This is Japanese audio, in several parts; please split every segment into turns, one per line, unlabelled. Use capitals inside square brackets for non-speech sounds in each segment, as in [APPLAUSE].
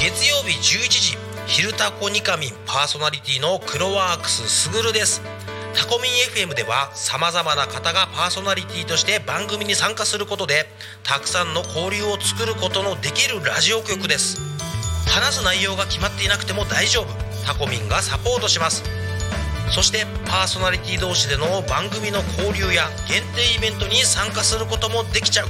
月曜日11時昼タコニカミンパーソナリティのクロワークススグルですタコミン FM ではさまざまな方がパーソナリティとして番組に参加することでたくさんの交流を作ることのできるラジオ局です話す内容が決まっていなくても大丈夫タコミンがサポートしますそしてパーソナリティ同士での番組の交流や限定イベントに参加することもできちゃう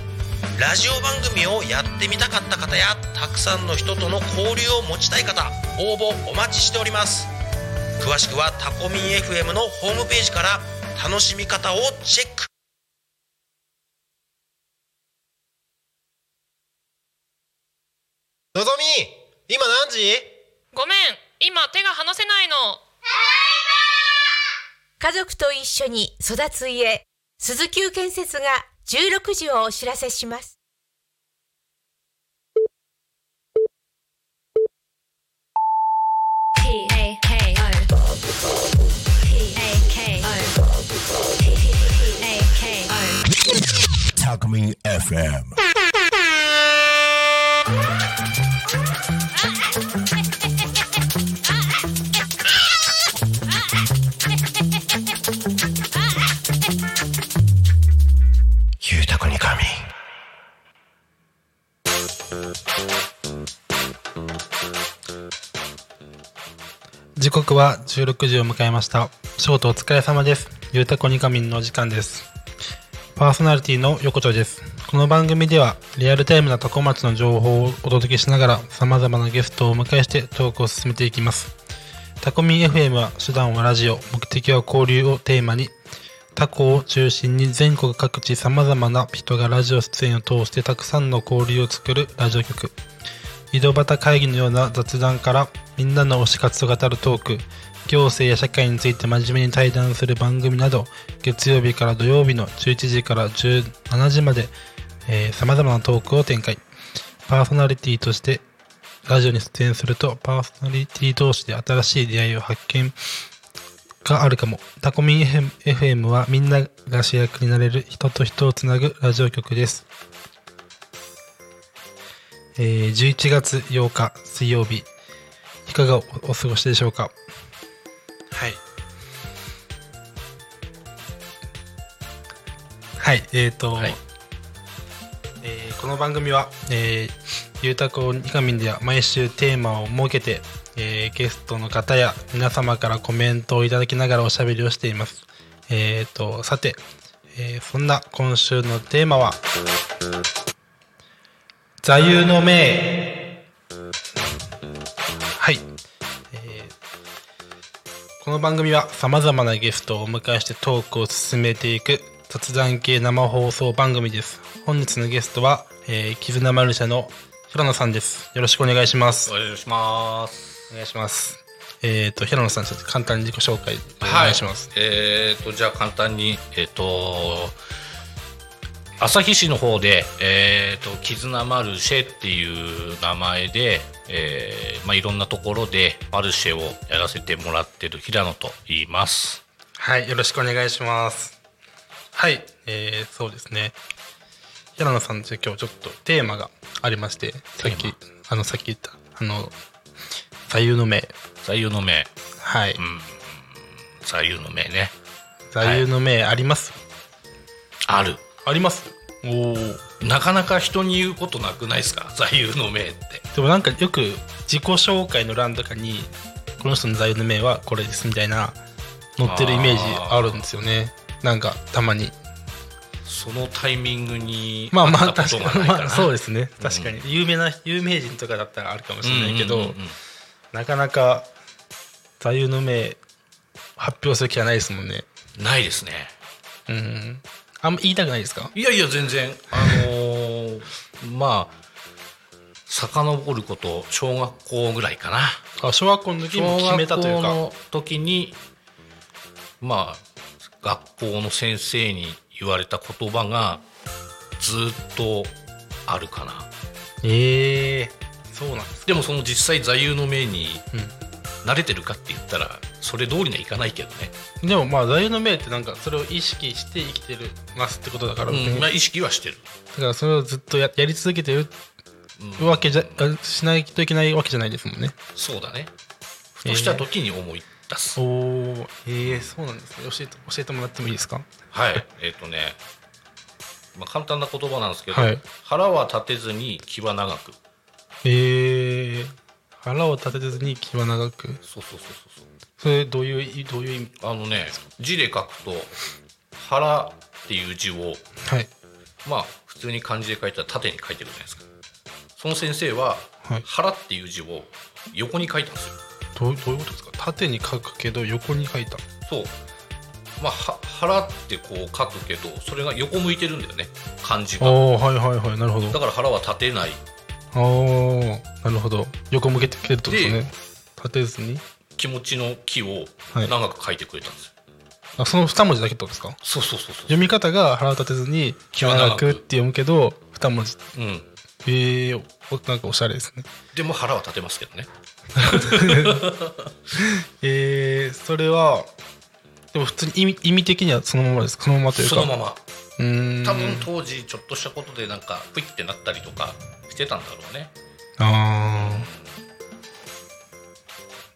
ラジオ番組をやってみたかった方やたくさんの人との交流を持ちたい方応募お待ちしております詳しくはタコミン FM のホームページから楽しみ方をチェック
のぞみ今何時
ごめん今手が離せないの
家族と一緒に育つ家鈴木建設が16時をお知らせします
タコミン FM
ゆうたこにかみ
時刻は16時を迎えましたショートお疲れ様ですゆうたこにかみんのお時間ですパーソナリティの横丁ですこの番組ではリアルタイムなタコ町の情報をお届けしながら様々なゲストをお迎えしてトークを進めていきますタコミン FM は手段はラジオ目的は交流をテーマにタコを中心に全国各地様々な人がラジオ出演を通してたくさんの交流を作るラジオ局井戸端会議のような雑談からみんなの推し活を語るトーク行政や社会について真面目に対談する番組など月曜日から土曜日の11時から17時までさまざまなトークを展開パーソナリティとしてラジオに出演するとパーソナリティ同士で新しい出会いを発見があるかもタコミン FM はみんなが主役になれる人と人をつなぐラジオ局ですえー11月8日水曜日いかがおお過ごしでしょうかはいはいえっ、と、
はい
えーこの番組は、えー、ゆうたこにかみんでは毎週テーマを設けて、えーゲストの方や皆様からコメントをいただきながらおしゃべりをしていますえっ、とさて、えーそんな今週のテーマは座右の銘はい、えーこの番組はさまざまなゲストをお迎えしてトークを進めていく雑談系生放送番組です本日のゲストは、えー、絆マルシェの平野さんですよろしくお願いします
お願いします。
お願いしますえっ、と平野さんちょっと簡単に自己紹介お
はい
願いします、
えっ、と、じゃあ簡単に、えっ、と、旭市の方で、えっ、と、絆マルシェっていう名前で、えーまあ、いろんなところでマルシェをやらせてもらってる平野と言います。
はい、よろしくお願いします。はい、えー、そうですね。平野さん、じゃあ今日ちょっとテーマがありまして、さっき、あの、さっき言った、あの、座右の銘。
座右の銘、
はい、
うん、座右の銘ね。
座右の銘あります、
ある。
ありますおお。
なかなか人に言うことなくないですか座右の銘って。
でもなんかよく自己紹介の欄とかに、この人の座右の銘はこれですみたいな、載ってるイメージあるんですよね。なんか、たまに。
そのタイミングに
まあま
会
あ、
ったこ
確
とが
か
ない
に、
ら
まあ、そうですね。確かに。有名な、有名人とかだったらあるかもしれないけど、
うんうんうんうん
なかなか座右の銘発表する気はないですもんね。
ないですね
うん。あんま言いたくないですか
いやいや全然あのー [LAUGHS] まあ遡ること小学校ぐらいかな
あ小学校の時も決めたという
小学校
か。
の時にまあ学校の先生に言われた言葉がずっとあるかな
ええそうなんです
でもその実際座右の銘に
うん
慣れてるかって言ったらそれ通りにはいかないけどね、
か。でもまあ座右の銘ってなんかそれを意識して生きてるますってことだから、
うん
ね
まあ、
だ
意識はしてる
からそれをずっとややり続けてるわけじゃあしないといけないわけじゃないですもんね
そうだねふとした時に思い出す、
おおへえそうなんですね教えて教えてもらってもいいですか
はいえっ、とね、まあ、簡単な言葉なんですけど、
はい
腹は立てずに気は長く
へえ腹を立てずに気は長く
そうそうそうそうそ
それどういうどういう意味
うあのね字で書くと「腹」っていう字を
はい
まあ普通に漢字で書いたら縦に書いてるじゃないですかその先生は
はい
「腹」っていう字を横に書いたんですよ
どうどういうことですか縦に書くけど横に書いた
そうまあは腹ってこう書くけどそれが横向いてるんだよね漢字
あ
が
あはいはいはいなるほど
だから腹は立てない
ああなるほど横向けてくれるってことです
で
ね立てずに
気持ちの「気」を
はい
長く書いてくれたんですよ、
あその2文字だけってことですか
そうそうそうそ
読み方が腹を立てずに気は長くって読むけど2文字
う、うん、
ええー、おなんかおしゃれですね
でも腹は立てますけどね
えー、それはでも普通に意味意味的にはそのままですそのままというか
そのまま
うーん
多分当時ちょっとしたことでなんかプイってなったりとかしてたんだろうね
ああ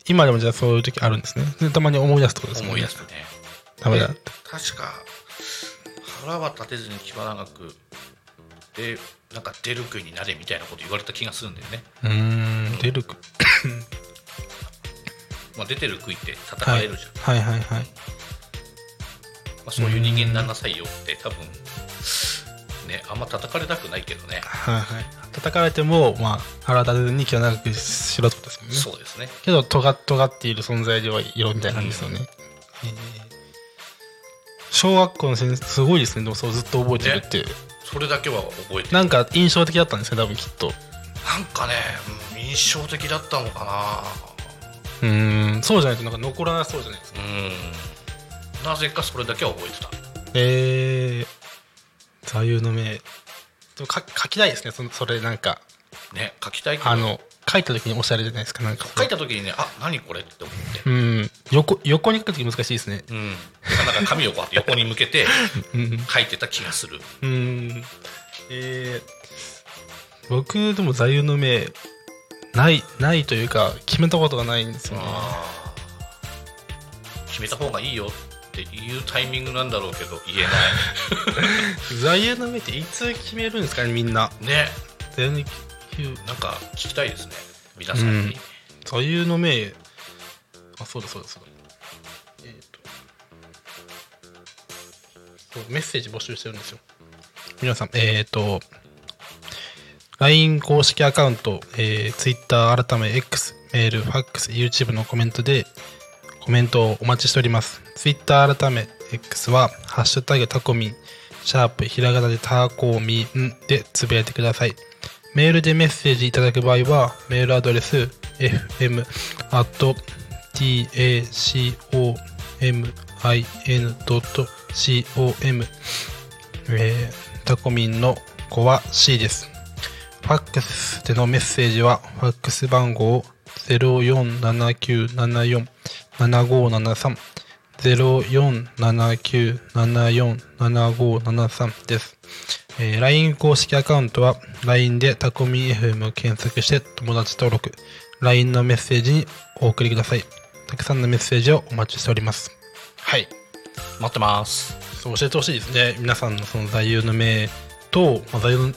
今でもじゃあそういう時あるんですねでたまに思い出すってことですもん
思い
ね
出すね
ダメだ
で確か腹は立てずに気は長くでなんか出る杭になれみたいなこと言われた気がするんだよね、
うーん出るか
まあ、出てる杭って戦えるじゃ
は
ん、
いはいはい
まあ、そういう人間にならなさいよって多分ねあんま叩かれたくないけどね
はいはい叩かれてもまあ腹立てずに気を長くしろってことですもんね
そうですね
けど尖尖っている存在ではいろみたいなんですよね、えー小学校の先生すごいですねでもそうずっと覚えてるって、
それだけは覚えてる
なんか印象的だったんですね多分きっと
なんかねうん印象的だったのか
うーんそうじゃないとなんか残らなそうじゃないですか
なうんなぜかそれだけは覚えてた
えー、座右の銘でもか書きたいですねそのそれなんか
ね書きたいけど
あの書いた時におしゃれじゃないですかなんか
書いた時にねあ何これって思って
うん横横に書く時難しいですね
うん、なんか紙をこうやって横に向け [LAUGHS] て
うん
書いてた気がする
うーんえー、僕でも座右の銘ないないというか決めたことがないんですよね
あー決めた方がいいよっていうタイミングなんだろうけど言えな
座右の銘っていつ決めるんですかねみんない
ね
全然
なんか聞きたいですね皆さんに、
座右の銘あそうだそうだそうだえっ、とそうメッセージ募集してるんですよ皆さんえっ、と LINE 公式アカウント、えー、Twitter 改め X メールファックス YouTube のコメントでコメントをお待ちしております Twitter 改め X は「ハッシュタグタコミン」シャープひらがなでタコミンでつぶやいてくださいメールでメッセージいただく場合は、メールアドレス fm.tacomin.com、えー、タコミンの子は C です。ファックスでのメッセージは、ファックス番号0479747573 0479747573です。えー LINE 公式アカウントは LINE でタコミン FM を検索して友達登録 LINE のメッセージにお送りくださいたくさんのメッセージをお待ちしております
はい待ってます
そう教えてほしいですね皆さんのその座右の銘と、まあ、座右の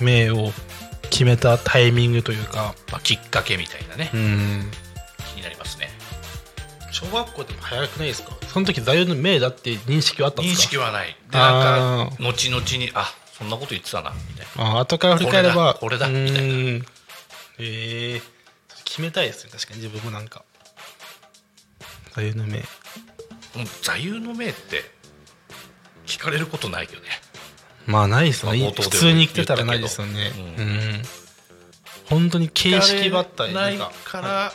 銘を決めたタイミングというか
まあ、きっかけみたいなね、
うん
気になりますね
小学校でも早くないですかその時座右の銘だって認識はあったん
認
ですか
識はないでなんか
あ
後々にあそんなこと言ってたなみたいな
あ後から振り返れば
これだこれだ
う
みたい
ーんええ決めたいですね確かに自分もなんか座右の銘
うん座右の銘って聞かれることないよね
まあないですよ
まあ
ね
冒頭で
普通に生きてたらないですよね
言った
う
け
ん
ど、
本当に形式ばったり
聞かれ
ん
ないか
はい
ら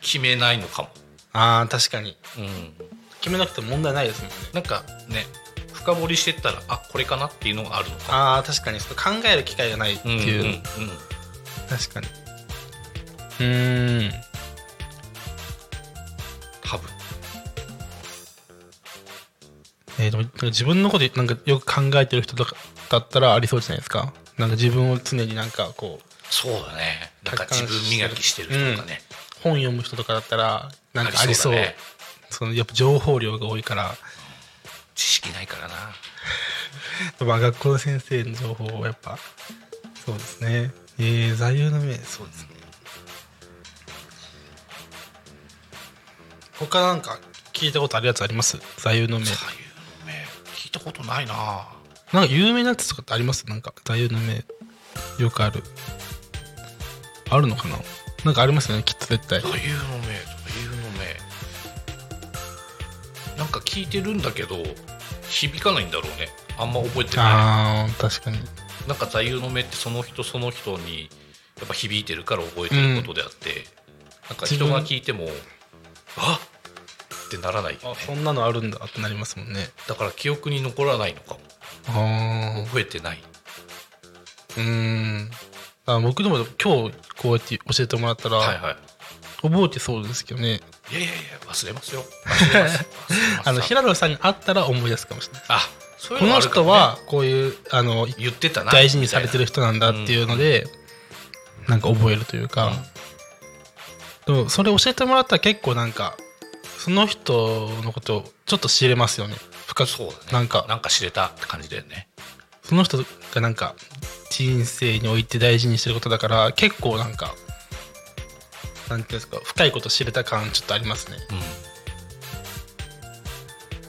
決めないのかも、
ああ確かに
うん、
決めなくても問題ないですもんね
なんかね深掘りしてったらあこれかなっていうのがあるのか
ああ確かにちょっと考える機会がないって
うんうん
いう、
うん
確かにうーん
多分
えー、でもなんか自分のことなんかよく考えてる人とかだったらありそうじゃないですかなんか自分を常になんかこう
そうだねなんか自分磨きしてる人とかね、
本読む人とかだったらなんかありそう
ありそう
そ
だね
のやっぱ情報量が多いから
知識ないからな
まあ学校の先生の情報をやっぱそうですねえー、座右の銘そうですね他なんか聞いたことあるやつあります座右の銘
座右の銘聞いたことないな
なんか有名なやつとかってありますなんか座右の銘よくあるあるのかななんかありますよねきっと絶対
座右の銘座右の銘なんか聞いてるんだけど響かないんだろうねあんま覚えてな
あー確かに
いなんか座右の銘ってその人その人にやっぱ響いてるから覚えてることであって、なんか人が聞いてもあっってならないよ
あ
ね
そんなのあるんだってなりますもんね
だから記憶に残らないのかも
あ
覚えてない
ーうーんあ僕でも今日こうやって教えてもらったら、
はいはい
覚えてそうですけどね
いやいやいや忘れ
[LAUGHS]
ますよ忘れます
あの
忘れま
平野さんに会ったら思い出すかもしれない
すあそうい
こ
うの
の
あるか
人
もね
はこういうあの
言ってたな
大事にされてる人なんだっていうので、なんか覚えるというか、でもそれ教えてもらったら結構なんかその人のことをちょっと知れますよね深く
そうだね
なんか
なんか知れたって感じだよね
その人がなんか人生において大事にしてることだから結構なんかなんていうんですか深いこと知れた感ちょっとありますね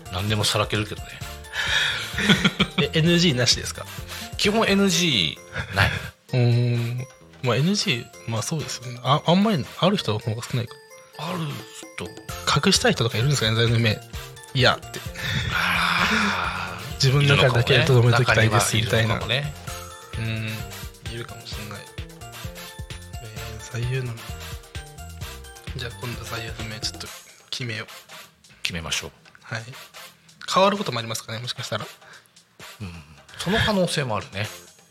うん何でもさらけるけどね
え NG なしですか
基本 NG ない
うーんまあ NG まあそうですよねああんまりある人の方が少ないか
ある人
隠したい人とかいるんですかね座右の銘いやって
あー
自分の中だけ
いるのかも
留
ね
めときたいです
中に
み
は
たい
るの
な
かもね
うんいるかもしれない、えー、座右の銘じゃあ今度座右の銘ちょっと決めよう
決めましょう
はい変わることもありますかねもしかしたら
その可能性もあるね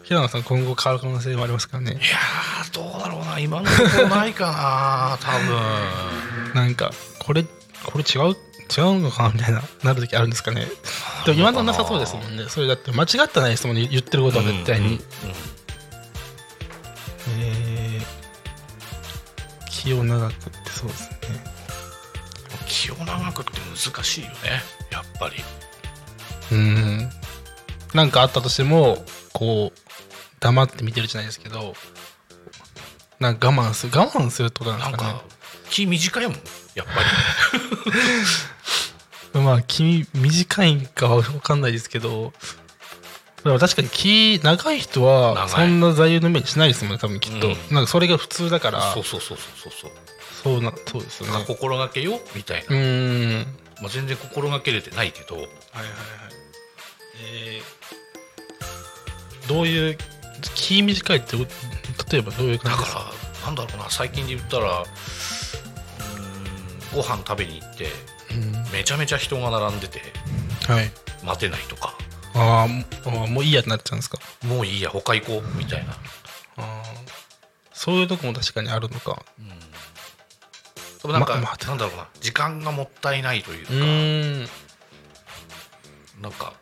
平野さん今後変わる可能性もありますからね
いやーどうだろうな今のところない [LAUGHS] かな多分
なんかこれこれ違う違うのかなみたいななる時あるんですかねでも今のところなさそうですもんねそれだって間違ってないですもんね言ってることは絶対に、
うんうん
えー気を長くってそうですね
気を長くって難しいよねやっぱり
うんなんかあったとしてもこう黙って見てるじゃないですけどなんか我慢する我慢するってことなんで
な
すか
ん
ね
か気短いもんやっ [LAUGHS] ぱり
まあ君短いんかわかんないですけどでも確かに気長い人
長
はいそんな座右の目にしないですもんね多分きっと、
うん
なんかそれが普通だから
そうそうそうそうそうそう
そうなそうですよ
なんか
ね
心がけようみたいな
う、ーん
まあ、全然心がけれてないけど
はいはいはい。えーどういう気短いってどう例えばどういう
だ
感じですか。
からなんだろうな最近で言ったらうーんご飯食べに行ってめちゃめちゃ人が並んでて
うん、はい。
待てないとか
あーもうあーもういいやってなっちゃうんですか。
もういいや他行こうみたいな、
あーそういうとこも確かにあるのか。
うん、でもなんか、
ま待て
なんだろうな時間がもったいないという
う
か、
ーん。
なんか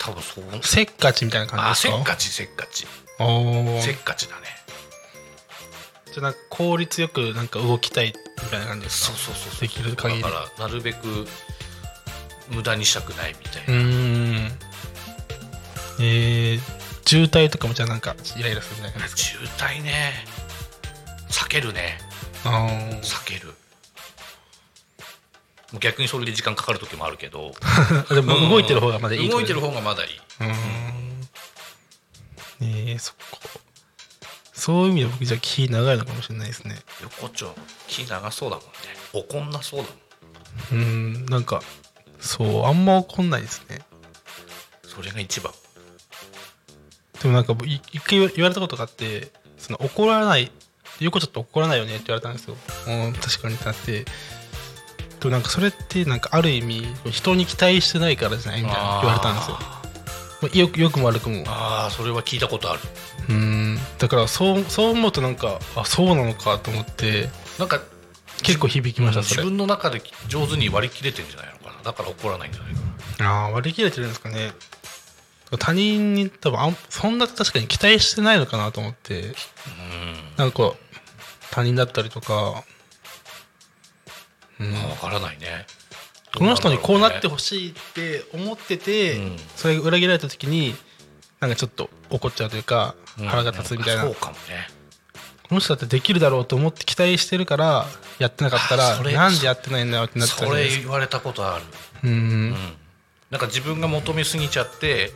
多分そう
せっかちみたいな感
あ
じ
せ
ですか。
っかちせっかち
あー
せっかちだね
じゃあなんか効率よくなんか動きたいみたいな感じです
そ
か
う。そうそうそう
できる限り
だからなるべく無駄にしたくないみたいうな、
ーん。えー、渋滞とかもじゃあなんかイライラするみたいな感じです
渋滞ね避けるね
か。あー
避けるもう逆にそれで時間かかる時もあるけど
あでも [LAUGHS] 動いてる方がまだいい
動いてる方がまだいい
うんえー、そっかそういう意味で僕じゃあ気長いのかもしれないですね
横丁気長そうだもんね怒んなそうだもん
うんなんかそうあんま怒んないですね
それが一番
でもなんか僕い一回言われたことがあってその怒らないよくちょっと怒らないよねって言われたんですようん確かにってなってでもなんかそれってなんかある意味人に期待してないからじゃないみたいな言われたんですよまあよくよくも悪くも
ああそれは聞いたことある
うんだからそうそう思うとなんかあそうなのかと思って
なんか
結構響きましたそ
自
れ
分の中で上手に割り切れてんじゃないのかなだから怒らないんじゃないかな
ああ割り切れてるんですかね他人に多分あんそんな確かに期待してないのかなと思って
うん
なんかこう他人だったりとか、うん
まあ、わからないね
この人にこうなって
ほ
ほしいって思ってて、
うん
それが裏切られた時になんかちょっと怒っちゃうというか腹が立つみたいな、
そうかもね
この人だってできるだろうと思って期待してるからやってなかった
あ
ら
それ
なんでやってないんだよってなっちゃうじゃ
そ
ない
れ
ですか
言われたことある
うん
なんか自分が求めすぎちゃって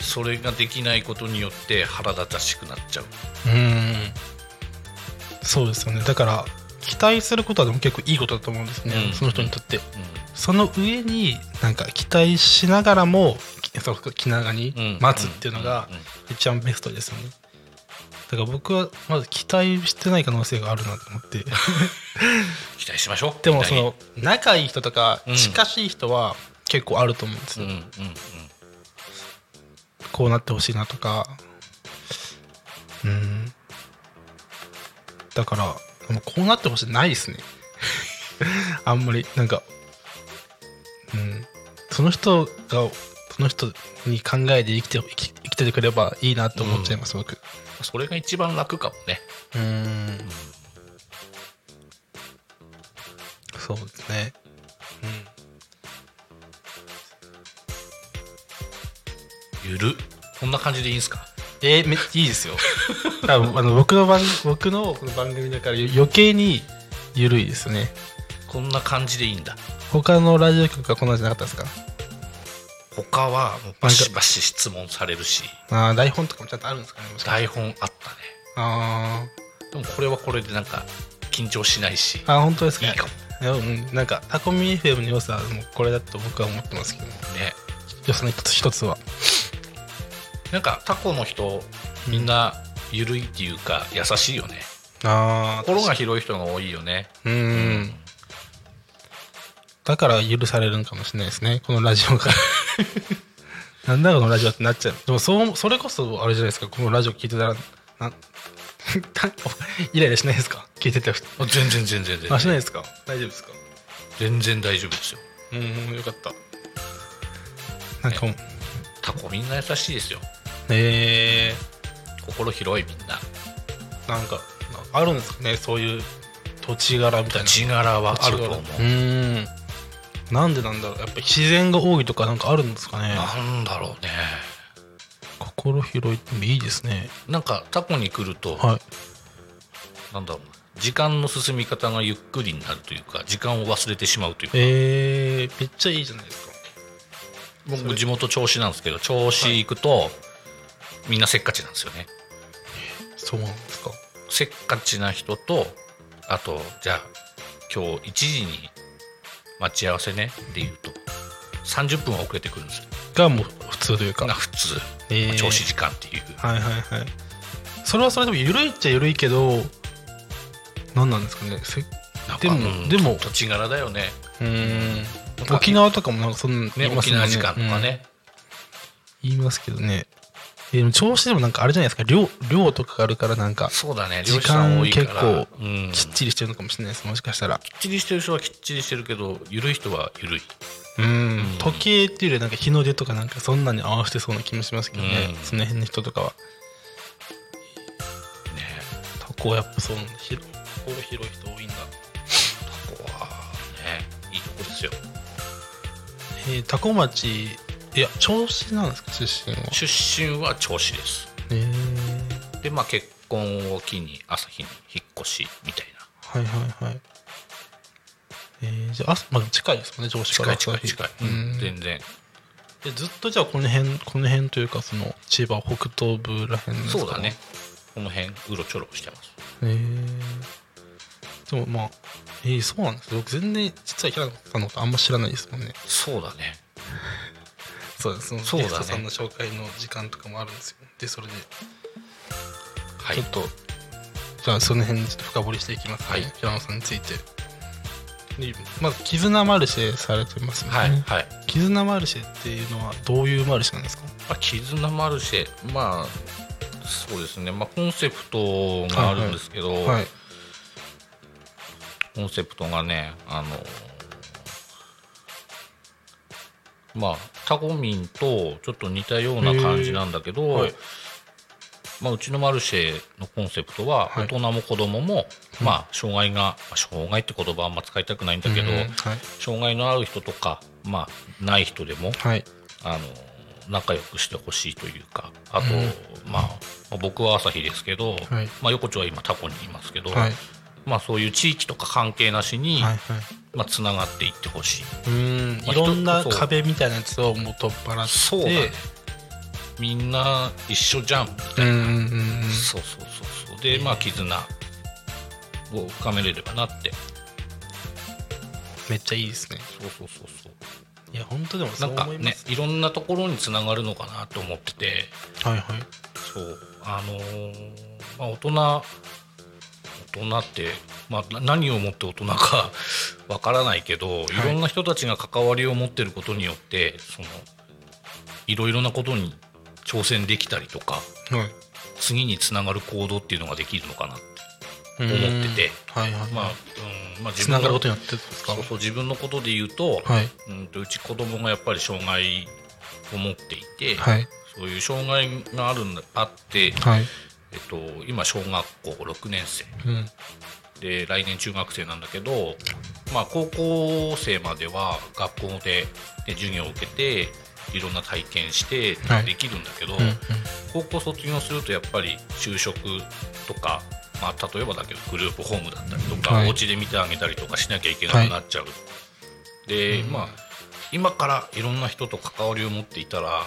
それができないことによって腹立たしくなっちゃう
うんそうですよねだから期待することはでも結構いいことだと思うんですね、
うん
その人にとって
う
その上になんか期待しながらもきそう気長に
ん
待つっていうのが一番ベストですよねだから僕はまず期待してない可能性があるなと思って [LAUGHS]
期待しましょう
でも
みた
そ
いに
の仲いい人とか
うん
近しい人は結構あると思うんです
う
よ、
んうんうん
こうなってほしいなとかうんだからもうこうなってほしいないですね [LAUGHS] あんまりなんかうんその人がその人に考えで生きて生き生きててくればいいなと思っちゃいます、僕
それが一番楽かもね
うんそうですね
ゆるこんな感じでいいんすか
えーめいいですよ [LAUGHS] 多分あの僕の番僕のこの番組だから余計に緩いですね
こんな感じでいいんだ
他のラジオ局はこんなんじゃなかったですか
他はもうバシバシ質問されるし
あー台本とかもちゃんとあるんですかねもしかして
台本あったね
あ
でもこれはこれでなんか緊張しないし
ーあ本当ですか
いいかも
いやうんなんかタコミ FM の良さはもうこれだと僕は思ってますけど
ね
良さの一つ一つは
なんかタコの人みんなゆるいっていうか優しいよね
あ
心が広い人が多いよね
うんだから許されるんかもしれないですねこのラジ [LAUGHS] オがなんだこのラジオってなっちゃうでもそうそれこそあれじゃないですかこのラジオ聞いてたらなん [LAUGHS] イライラしないですか聞いてて
あ全然全然全
あし
然
ないですか大丈夫ですか
全然大丈夫ですよ
うんよかったなんかもう
タコみんな優しいですよ
え
心広いみんな
ー、なんかあるんですかねそういう土地柄みたいな
地柄はあると思う
土地柄うんなんでなんだろうやっぱ自然が多いとかなんかあるんですかね
なんだろうね
心広いってもいいですね
なんかタコに来ると
はい
なんだろうな時間の進み方がゆっくりになるというか時間を忘れてしまうというか
えー、めっちゃいいじゃないですか
僕地元銚子なんですけど銚子行くと、みんなせっかちなんですよね
そうなんですか
せっかちな人とあとじゃあ今日1時に待ち合わせねって言うと30分は遅れてくるんですよ
がもう普通というか
が普通、
えー
まあ、調子時間っていう
はいはいはいそれはそれでも緩いっちゃ緩いけど何なんですかねせう
なんか
でも
うん
でも
土地柄だよね
ーん
なんか
沖縄とかもなんかそんなの
ね
言います
沖
もん
縄時間とかね、
言いますけどねでも調子でもなんかあれじゃないですか量量とかがあるからなんか
そうだね
時
漁師さん
間
多いか
結
ら
構
うん、き
きっちりしてるのかもしれないですもしかしたら
っちりしてる人はきっちりしてるけど緩い人は緩い、
うん時計っていうよりなんか日の出とかなんかそんなに合わせてそうな気もしますけどね、
うん
その辺の人とかは
ね、
タコはやっぱそうなんだ広心広い人多いんだ
タコはねいいとこですよ
えー、タコ町いや銚子なんですか出身は
出身は銚子です
えー、
でまあ結婚を機に朝日に引っ越しみたい
は
な
いはいはいえー、じゃああ、まあ、近いですもんね銚子か
近
ら
い近い
朝日
近い、
うん
う
で
ん、全然
ずっとじゃあこの辺この辺というかその千葉北東部ら辺ですか
そうだねこの辺うろちょろしてます
へえでもまあえー、そうなんです僕全然実は平野さんのことあんま知らないですもんね
そうだね
そうですその
そうだね
ゲストさんの紹介の時間とかもあるんですよでそれで
はい
ちょっと、じゃあその辺ちょっと深掘りしていきますね、
はい
平野さんについてでまず絆マルシェされてますよね、
はいはい
絆マルシェっていうのはどういうマルシェなんですか
まあ、絆マルシェまあそうですね、まあ、コンセプトがあるんですけど、
はい
コンセプトがねあのまあタコミンとちょっと似たような感じなんだけど、
へーはい
まあ、うちのマルシェのコンセプトは
はい
大人も子供も、まあ、障害がまあ障害って言葉はあんま使いたくないんだけど、
うんはい
障害のある人とか、まあ、ない人でも
はい
あの仲良くしてほしいというかあと、まあ、まあ僕は朝日ですけど、
はい
まあ、横丁は今タコにいますけど、
はい
まあ、そういう地域とか関係なしに、
はいはい
まあ、つながっていってほしい
うん
まあ
いろんな
人そう
壁みたいなやつをもう取っ払って
そうだねみんな一緒じゃんみたいな
うんうんうんうん
そうそうそうそうでまあ絆を深めれればなって
めっちゃいいですね
そうそうそうそう
いや本当でもそ
な
うん
か
思いま
ね
す
いろんなところにつながるのかなと思ってて
はいはい
そうあのーまあ、大人大人って、まあ、な何をもって大人か [LAUGHS] わからないけど、い、ろんな人たちが関わりを持ってることによってそのいろいろなことに挑戦できたりとか
はい
次につながる行動っていうのができるのかなって
思
ってて
はいはい
まあ、うんまあ、
つながること
に
になってるんですか
そうそう自分のことで言うと,、
はい
うんとうち子供がやっぱり障害を持っていて、
はい
そういう障害があるんだあって、
はい
えっと、今小学校6年生
うん
で来年中学生なんだけど、まあ、高校生までは学校でで授業を受けていろんな体験して
はい
できるんだけど、
うんうん
高校卒業するとやっぱり就職とか、まあ、例えばだけどグループホームだったりとか、
はい
お家で見てあげたりとかしなきゃいけなくなっちゃう、で、まあ今からいろんな人と関わりを持っていたら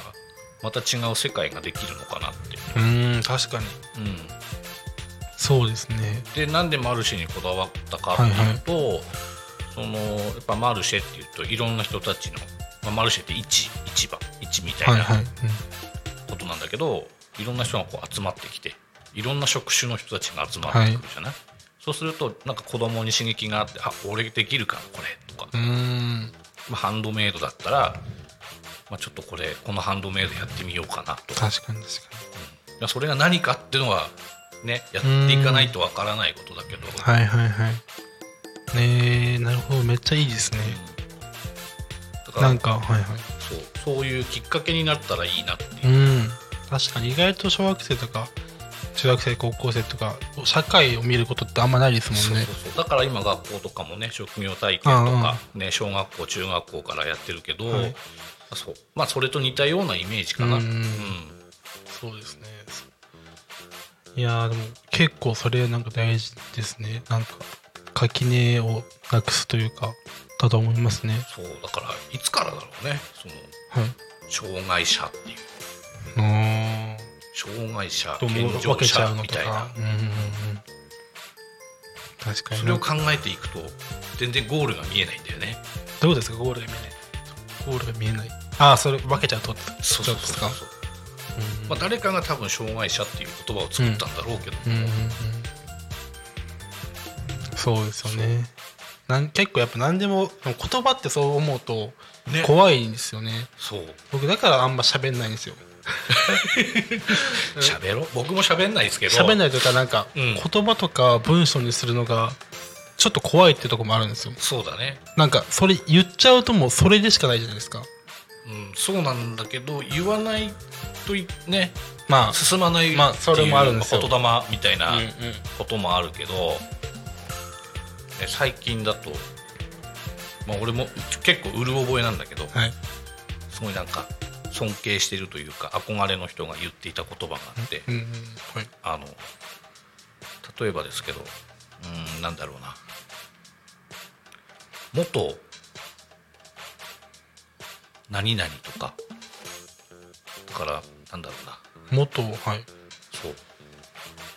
また違う世界ができるのかなって、
うん確かに
うん、
そうですね
でなんでマルシェにこだわったかっていうと、そのやっぱマルシェっていうといろんな人たちの、まあ、マルシェって市市場市みたい
はい
な
はいうん
ことなんだけど、いろんな人がこう集まってきていろんな職種の人たちが集まってくるじゃない、そうするとなんか子供に刺激があって「あ俺できるかなこれ」とか、
うん
まあ、ハンドメイドだったら、まあ、ちょっとこれこのハンドメイドやってみようかなとか
確かに確
まあそれが何かっていうのはねやっていかないとわからないことだけど。
かにはいはいはいねえなるほどめっちゃいいですね
だから
なんかはいはい
そうそういうきっかけになったらいいなっていう、
うん確かに意外と小学生とか中学生高校生とか社会を見ることってあんまないです
そ
も
うん
ね
そうそうだから今学校とかもね職業体験とか、ね、小学校中学校からやってるけど、
はい
そうまあ、それと似たようなイメージかな、
うん
うん
そうですねいやーでも結構それなんか大事ですねなんか垣根をなくすというかだと思いますね
そうだからいつからだろうねその
はい
障害者っていう
うーん
障害者
と思
健
う分
常
けちゃう
者
の
み
と
たいな
かうんうんうん確かに
それを考えていくと全然ゴールが見えないんだよね
どうですかゴールが見えないゴールが見えないああそれ分けちゃうとってことですか
う
うん
まあ、誰かが多分障害者っていう言葉を作ったんだろうけど、
うんうんうんそうですよねなん結構やっぱ何でもでも言葉ってそう思うと
ね
怖いんですよね
そう
僕だからあんま喋んないんですよ
喋ろう僕も喋んないですけど
喋んないというかなんか
うん
言葉とか文章にするのがちょっと怖いってとこもあるんですよ
そうだね
なんかそれ言っちゃうともうそれでしかないじゃないですか
うん、そうなんだけど言わないといね
まあ
進まない
まあそれもあるんですよ
言霊みたいな
うんうん
こともあるけど、ね最近だと、まあ、俺も結構うる覚えなん
[LAUGHS]
だけど
はい
すごいなんか尊敬してるというか憧れの人が言っていた言葉があって、
うんうんはい
あの例えばですけどうんなんだろうな元何々とかだからなんだろうな
元はい
そう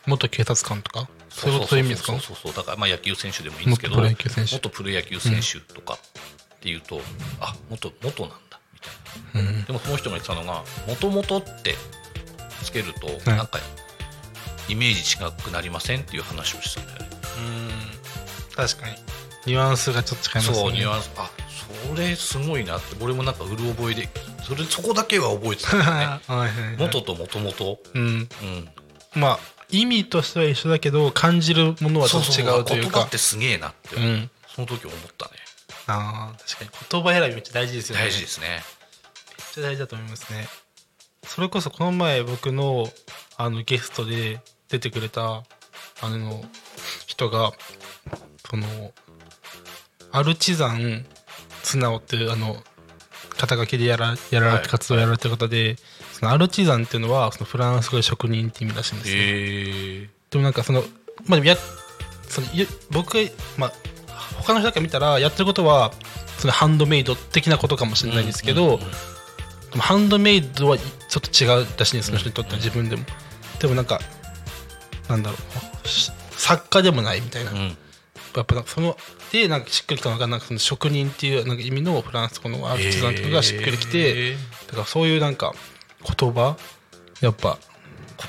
元警察官とかそういうことそういう意味ですか
そうそうそうだからまあ野球選手でもいいんですけど
元プロ野球選手
元プロ野球選手とかっていうと、あ元元なんだみたいな
うん
でもその人が言ってたのが「もともと」ってつけると、
はい
なんかイメージ違くなりませんっていう話をしてたんだよね
確かにニュアンスがちょっと違いますね
そうニュアンスあそれすごいなって俺もなんかうる覚えでそれそこだけは覚えてたんだよ
[LAUGHS]
ね
[LAUGHS] はいはいはい
元ともともと
うん
うん
まあ意味としては一緒だけど感じるものはちょっと違うという
言葉
か
ってすげえなって、
うん
その時思ったね
あー確かに言葉選びめっちゃ大事ですよね
大事ですね
めっちゃ大事だと思いますねそれこそこの前僕のあのゲストで出てくれたあの人がそのアルチザン素直っていうあの肩書きでやらやられ
はい
て活動をやられてる方で、そのアルチザンっていうのはそのフランス語で職人って意味らしいんですよ、
え
でもなんかその、まあ、でもやそのゆ僕が、まあ、他の人から見たらやってることはそのハンドメイド的なことかもしれないんですけど、でもハンドメイドはちょっと違うらしいんですその人にとっては自分でも、でもなんかなんだろうし作家でもないみたいな、
うんうん
やっぱなんかそのでなんかしっくりきたのがなんかその職人っていうなんか意味のフランス語のアーティストなんていうのがしっくりきて、
えー
だからそういうなんか言葉やっぱ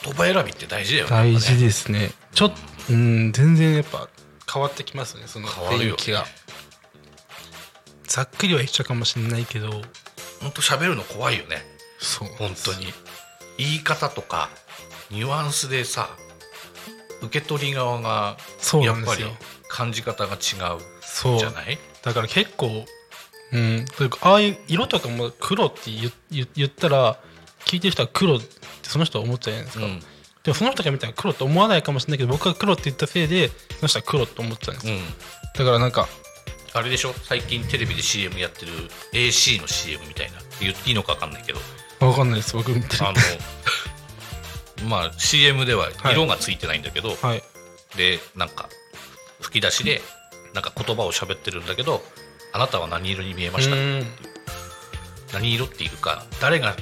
言葉選びって大事だよね
大事ですねちょっうん全然やっぱ変わってきますねその
変わるよね
雰囲気がざっくりは一緒かもしれないけど
本当喋るの怖いよね
そう
本当に言い方とかニュアンスでさ受け取り側が
そう
や
な
っ
んで
ぱ
す
り
よ
感じ方が違う
そう
じゃない
だから結構うんというかああいう色とかも黒って言言言ったら聞いてる人は黒ってその人は思っちゃうじゃないですか、
うん
でもその人が見たら黒と思わないかもしれないけど僕が黒って言ったせいでその人は黒と思っちゃうんです
う
よ、
ん
だからなんか
あれでしょ最近テレビで CM やってる AC の CM みたいな言っていいのか分かんない
[LAUGHS]
けど
わかんないです僕見てる
あのまあ CM では色がついてないんだけど、
はい
でなんか吹き出しでなんか言葉を喋ってるんだけどあなたは何色に見えました
うん
何色っていうか誰が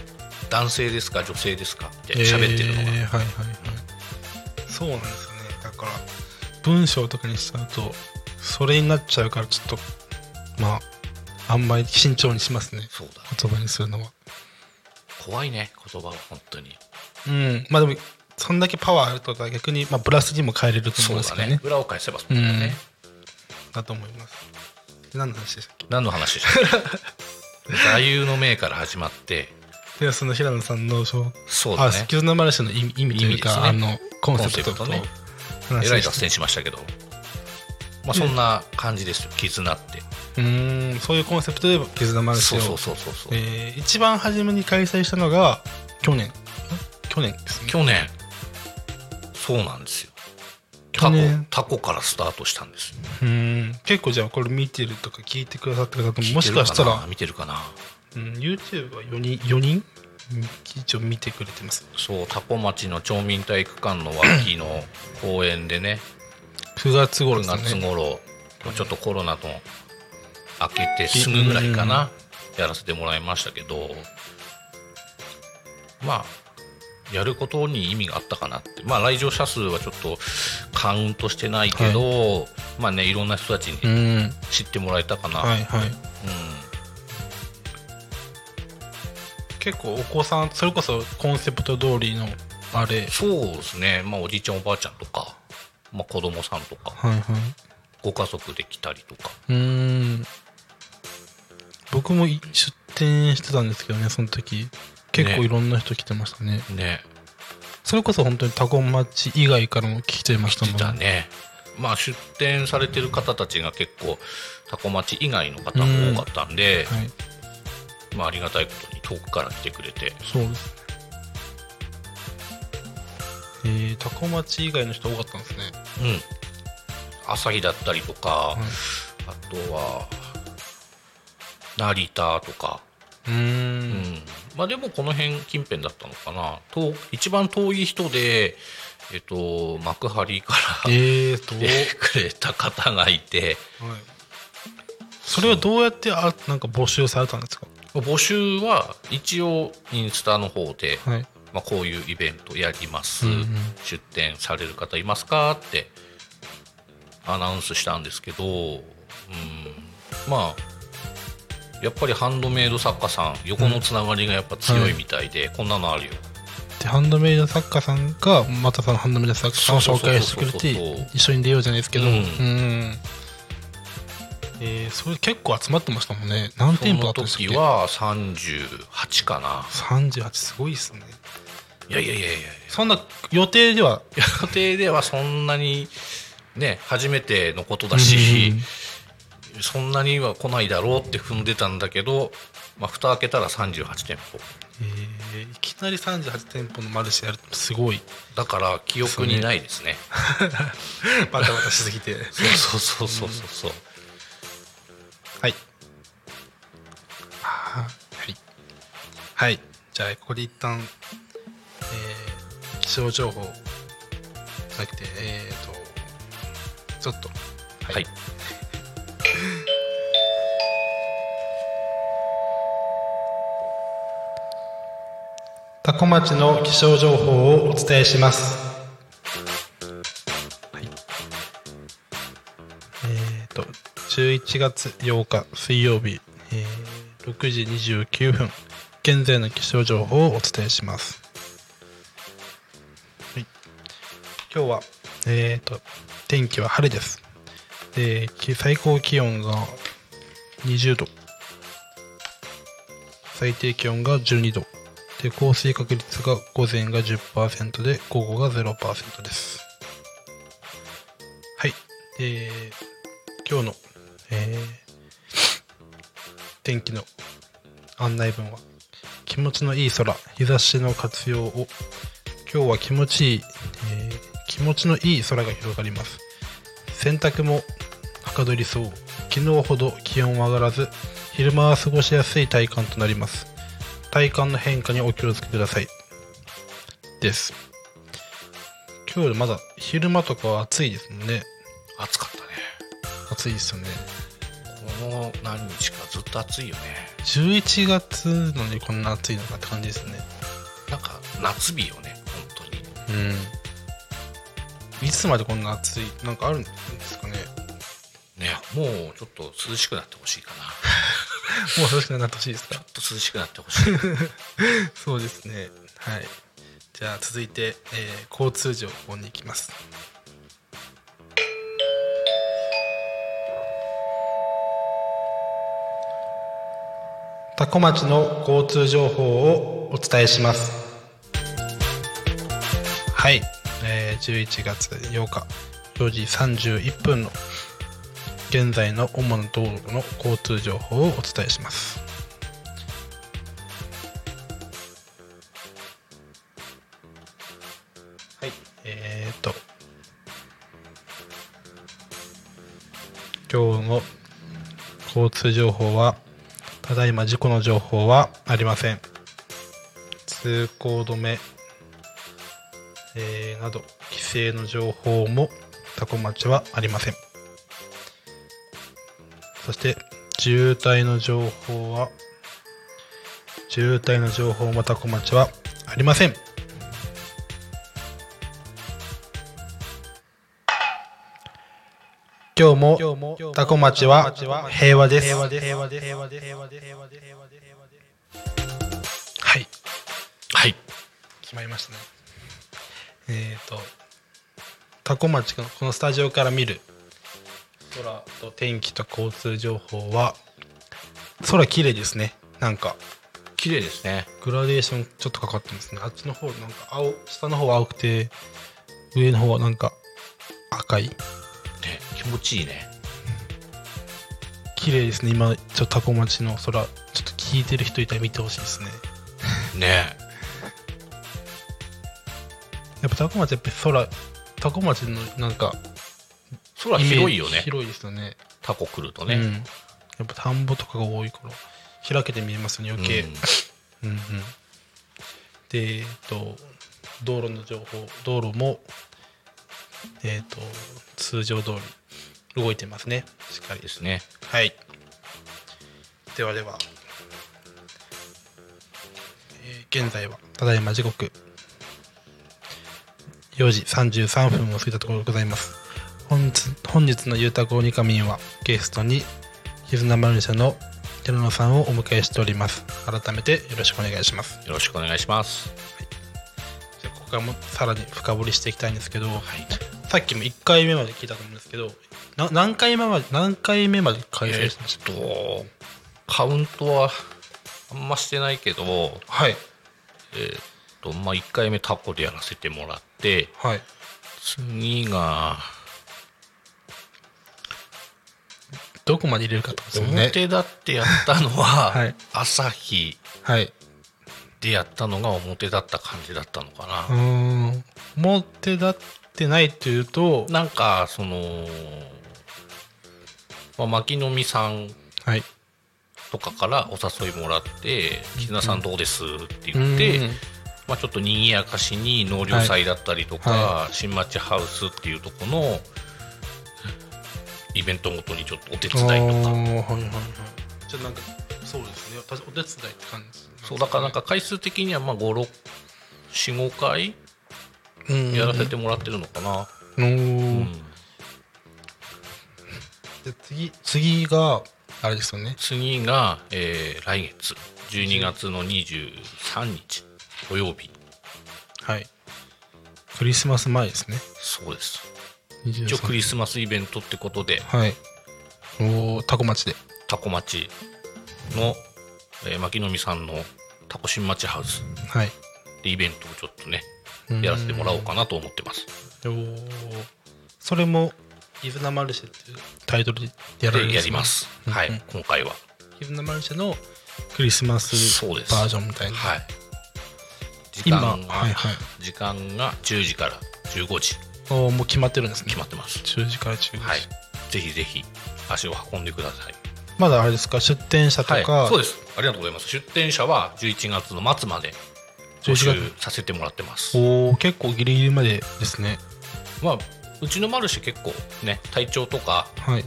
男性ですか女性ですかって喋ってるのが、
えーはいはいはいそうなんですよねだから文章とかにしちゃうとそれになっちゃうからちょっとまああんまり慎重にしますね
そうだ
言葉にするのは
怖いね言葉は本当に
うんまあでもそんだけパワーあるってことは逆に、まあ、ブラスにも変えれると思
そううん
です
だ
けど
ね
ね
裏を返せばそうだよね、
だと思いますで何の話でしたっ
何の話でしたっ
[LAUGHS]
け座右の銘から始まって
けでその平野さんのそう
そうだ
あ
ね
スキルのマルシェの意味意味というか、あ
意味です
のコンセプト
コ
と
ンセプトね
話
え
し
ら
て
い脱線しましたけどまあそんな感じですよ絆って
うーんそういうコンセプトで絆マルシ
そ
ェ
う
を
そうそうそうそう
えー一番初めに開催したのが去年ん去年ですね
去年そうなんですよ
去
タコ
年
タコからスタートしたんです
うーん結構じゃあこれ見てるとか聞いてくださってる方もも
聞
し
いてるな
かしたら、
見てるかな
うん、YouTube は4人4人うん一応見てくれてます
そうタコ町の町民体育館の脇の公園でね
9月頃
9
です
月
ね
頃、まあちょっとコロナと明けてすぐぐらいかな、やらせてもらいましたけどまあやることに意味があったかなってまあ来場者数はちょっとカウントしてないけど、まあねいろんな人たち
う
に
ん
知ってもらえたかな、
はいはい
うん
結構お子さんそれこそコンセプト通りのあれ
そうですねまあおじいちゃんおばあちゃんとか、まあ、子供さんとか
はいはい
ご家族で来たりとか
うーん僕もい出店してたんですけどねその時結構
ね
いろんな人来てましたね
ね
それこそ本当にタコ町以外からも来ちゃいましたもん
来てたねまあ出店されてる方たちが結構タコ町以外の方が多かったんで、
はい、
まあ、ありがたいことに遠くから来てくれて
そうですね。えー、タコ町以外の人多かったんですね。
うん朝日だったりとか、
はい
あとは成田とか、
うー
うん
ん。
まあでもこの辺近辺だったのかな遠一番遠い人でえっと幕張から
えーと、
来てくれた方がいて
はい、それはどうやってあなんか募集されたんですか。
募集は一応インスタの方で
はい。
まあ、こういうイベントやります、
うんうん
出店される方いますかってアナウンスしたんですけど、うん、まあやっぱりハンドメイド作家さん横のつながりがやっぱ強いみたいで、こんなのあるよ
でハンドメイド作家さんがまたそのハンドメイド作家さんを
そう
紹
そうそ
介
う
し
そ
て
う
くれて
そうそう
一緒に出ようじゃないですけど。
う
うんん。えー、それ結構集まってましたもんね。何
そ
店舗だ
の
ったんです
時
か。
は38かな
三十八すごいですね。
いやいやいやいや
そんな予定では
予定ではそんなにね初めてのことだし、そんなには来ないだろうって踏んでたんだけど、まあ、蓋開けたら38店舗
えーいきなり38店舗のマルシェやるってすごい
だから記憶にないですね
[LAUGHS] バタバタしすぎて
そうそうそうそうそうそう
はいははいはいじゃあここで一旦、えー、気象情報じゃなくてえっ、ー、とちょっと
はい、
タコ町の気象情報をお伝えします。はいえっ、と、11月8日水曜日、えー6時29分、現在の気象情報をお伝えします。はい、今日は、えっ、と、天気は晴れです。で、き最高気温が20度、最低気温が12度。で降水確率が午前が10%で午後が0%ですはいえー、今日の、えー天気の案内文は気持ちのいい空日差しの活用を今日は気持ちいい、えー気持ちのいい空が広がります洗濯もはかどりそう昨日ほど気温は上がらず昼間は過ごしやすい体感となります体感の変化にお気をつけくださいです今日よりまだ昼間とかは暑いですもんね
暑かった
暑いですよね
ねこの何日かずっと暑いよね
11月のにこんな暑いのかって感じですね
なんか夏日よね本当に
うんいつまでこんな暑いなんかあるんですかね
ねもうちょっと涼しくなってほしいかな
もう涼しくなってほしいですか
ちょっと涼しくなってほし [LAUGHS] い
そうですね。はい。じゃあ続いて、えー交通情報に行きます。タコ町の交通情報をお伝えします。はい、えー、11月8日4時31分の現在の主な道路の交通情報をお伝えします。はい、えー、っと、今日の交通情報は、ただいま事故の情報はありません。通行止め、えーなど、規制の情報も多古町はありません。そして、渋滞の情報は、渋滞の情報も多古町はありません。今日もタコ町は平和です。はい、
はい
決まりましたね。えっ、と、タコ町のこのスタジオから見る空と天気と交通情報は、空綺麗ですね。なんか、
綺麗ですね
グラデーションちょっとかかってますね。あっちの方、なんか青、下の方は青くて、上の方はなんか赤い。
ね気持ちいいね
綺麗ですね今ちょっとタコ町の空ちょっと聞いてる人いたら見てほしいですね
ね
やっぱタコ町やっぱり空タコ町のなんか
空広いよ
イメージ
ね
広いですよね
タコ来ると
う
ね、
ん、やっぱ田んぼとかが多いから開けて見えますよね
うん
余計、うん、うんでえっと道路の情報道路もえっと通常通り動いてますねしっかり
ですね
はい。ではでは、えー現在はただいま時刻4時33分を過ぎたところでございます。本日本日のゆうたこにかみんはゲストに絆マルシェの寺野さんをお迎えしております。改めてよろしくお願いします。
よろしくお願いします
じゃあここからもさらに深掘りしていきたいんですけど、
はい
さっきも1回目まで聞いたと思うんですけど、な何回目まで何回目まで開催
え
したんですか、
ーっとカウントはあんましてないけどえーっ
はい
とまあ1回目タコでやらせてもらって
はい。
次が
どこまで入れるかってことですよね。
表だってやったの
[LAUGHS]
は、
はい
朝日
はい。
でやったのが表だった感じだったのかな
う、ーん。表立ってないというと、
なんかその、まあ、牧野美さん
はい。
とかからお誘いもらって「絆さんどうです?」って言って、
うん
まあ、ちょっと賑やかしに納涼祭だったりとか、
は
新町ハウスっていうとこのイベントごとにちょっとお手伝
お
いとか。
ーはいはいはい。じゃあなんか、そうですね。私、お手伝いって感じ、
そうだからなんか、回数的にはまあ5 6 4 5回
うん、
やらせてもらってるのかな、
お
う
ー
ん
で次、次が、あれですよね。
次が、えー来月12月の23日土曜日
はい。クリスマス前ですね。
そうです一応
23
クリスマスイベントってことで
はい。おお、タコ町で。
タコ町の、えー牧野美さんのタコ新町ハウス
はい。
でイベントをちょっとねやらせてもらおうかなと思ってます
おーそれも「イズナマルシェ」っていうタイトルでやられるんです
で
ね
やります、
うん
はい、
うん
今回は
イズナマルシェのクリスマス
そうです
バージョンみたいな、
はい時
今
間が、
はいはい
時間が10時から15時
おーもう決まってるんですね
決まってます
10時から15時、
はいぜひぜひ足を運んでください
まだあれですか出店者とか、
はい、そうですありがとうございます出店者は11月の末まで募集
11
させてもらってます
おお結構ギリギリまでですね
まあうちのマルシェ結構ね体調とか
はい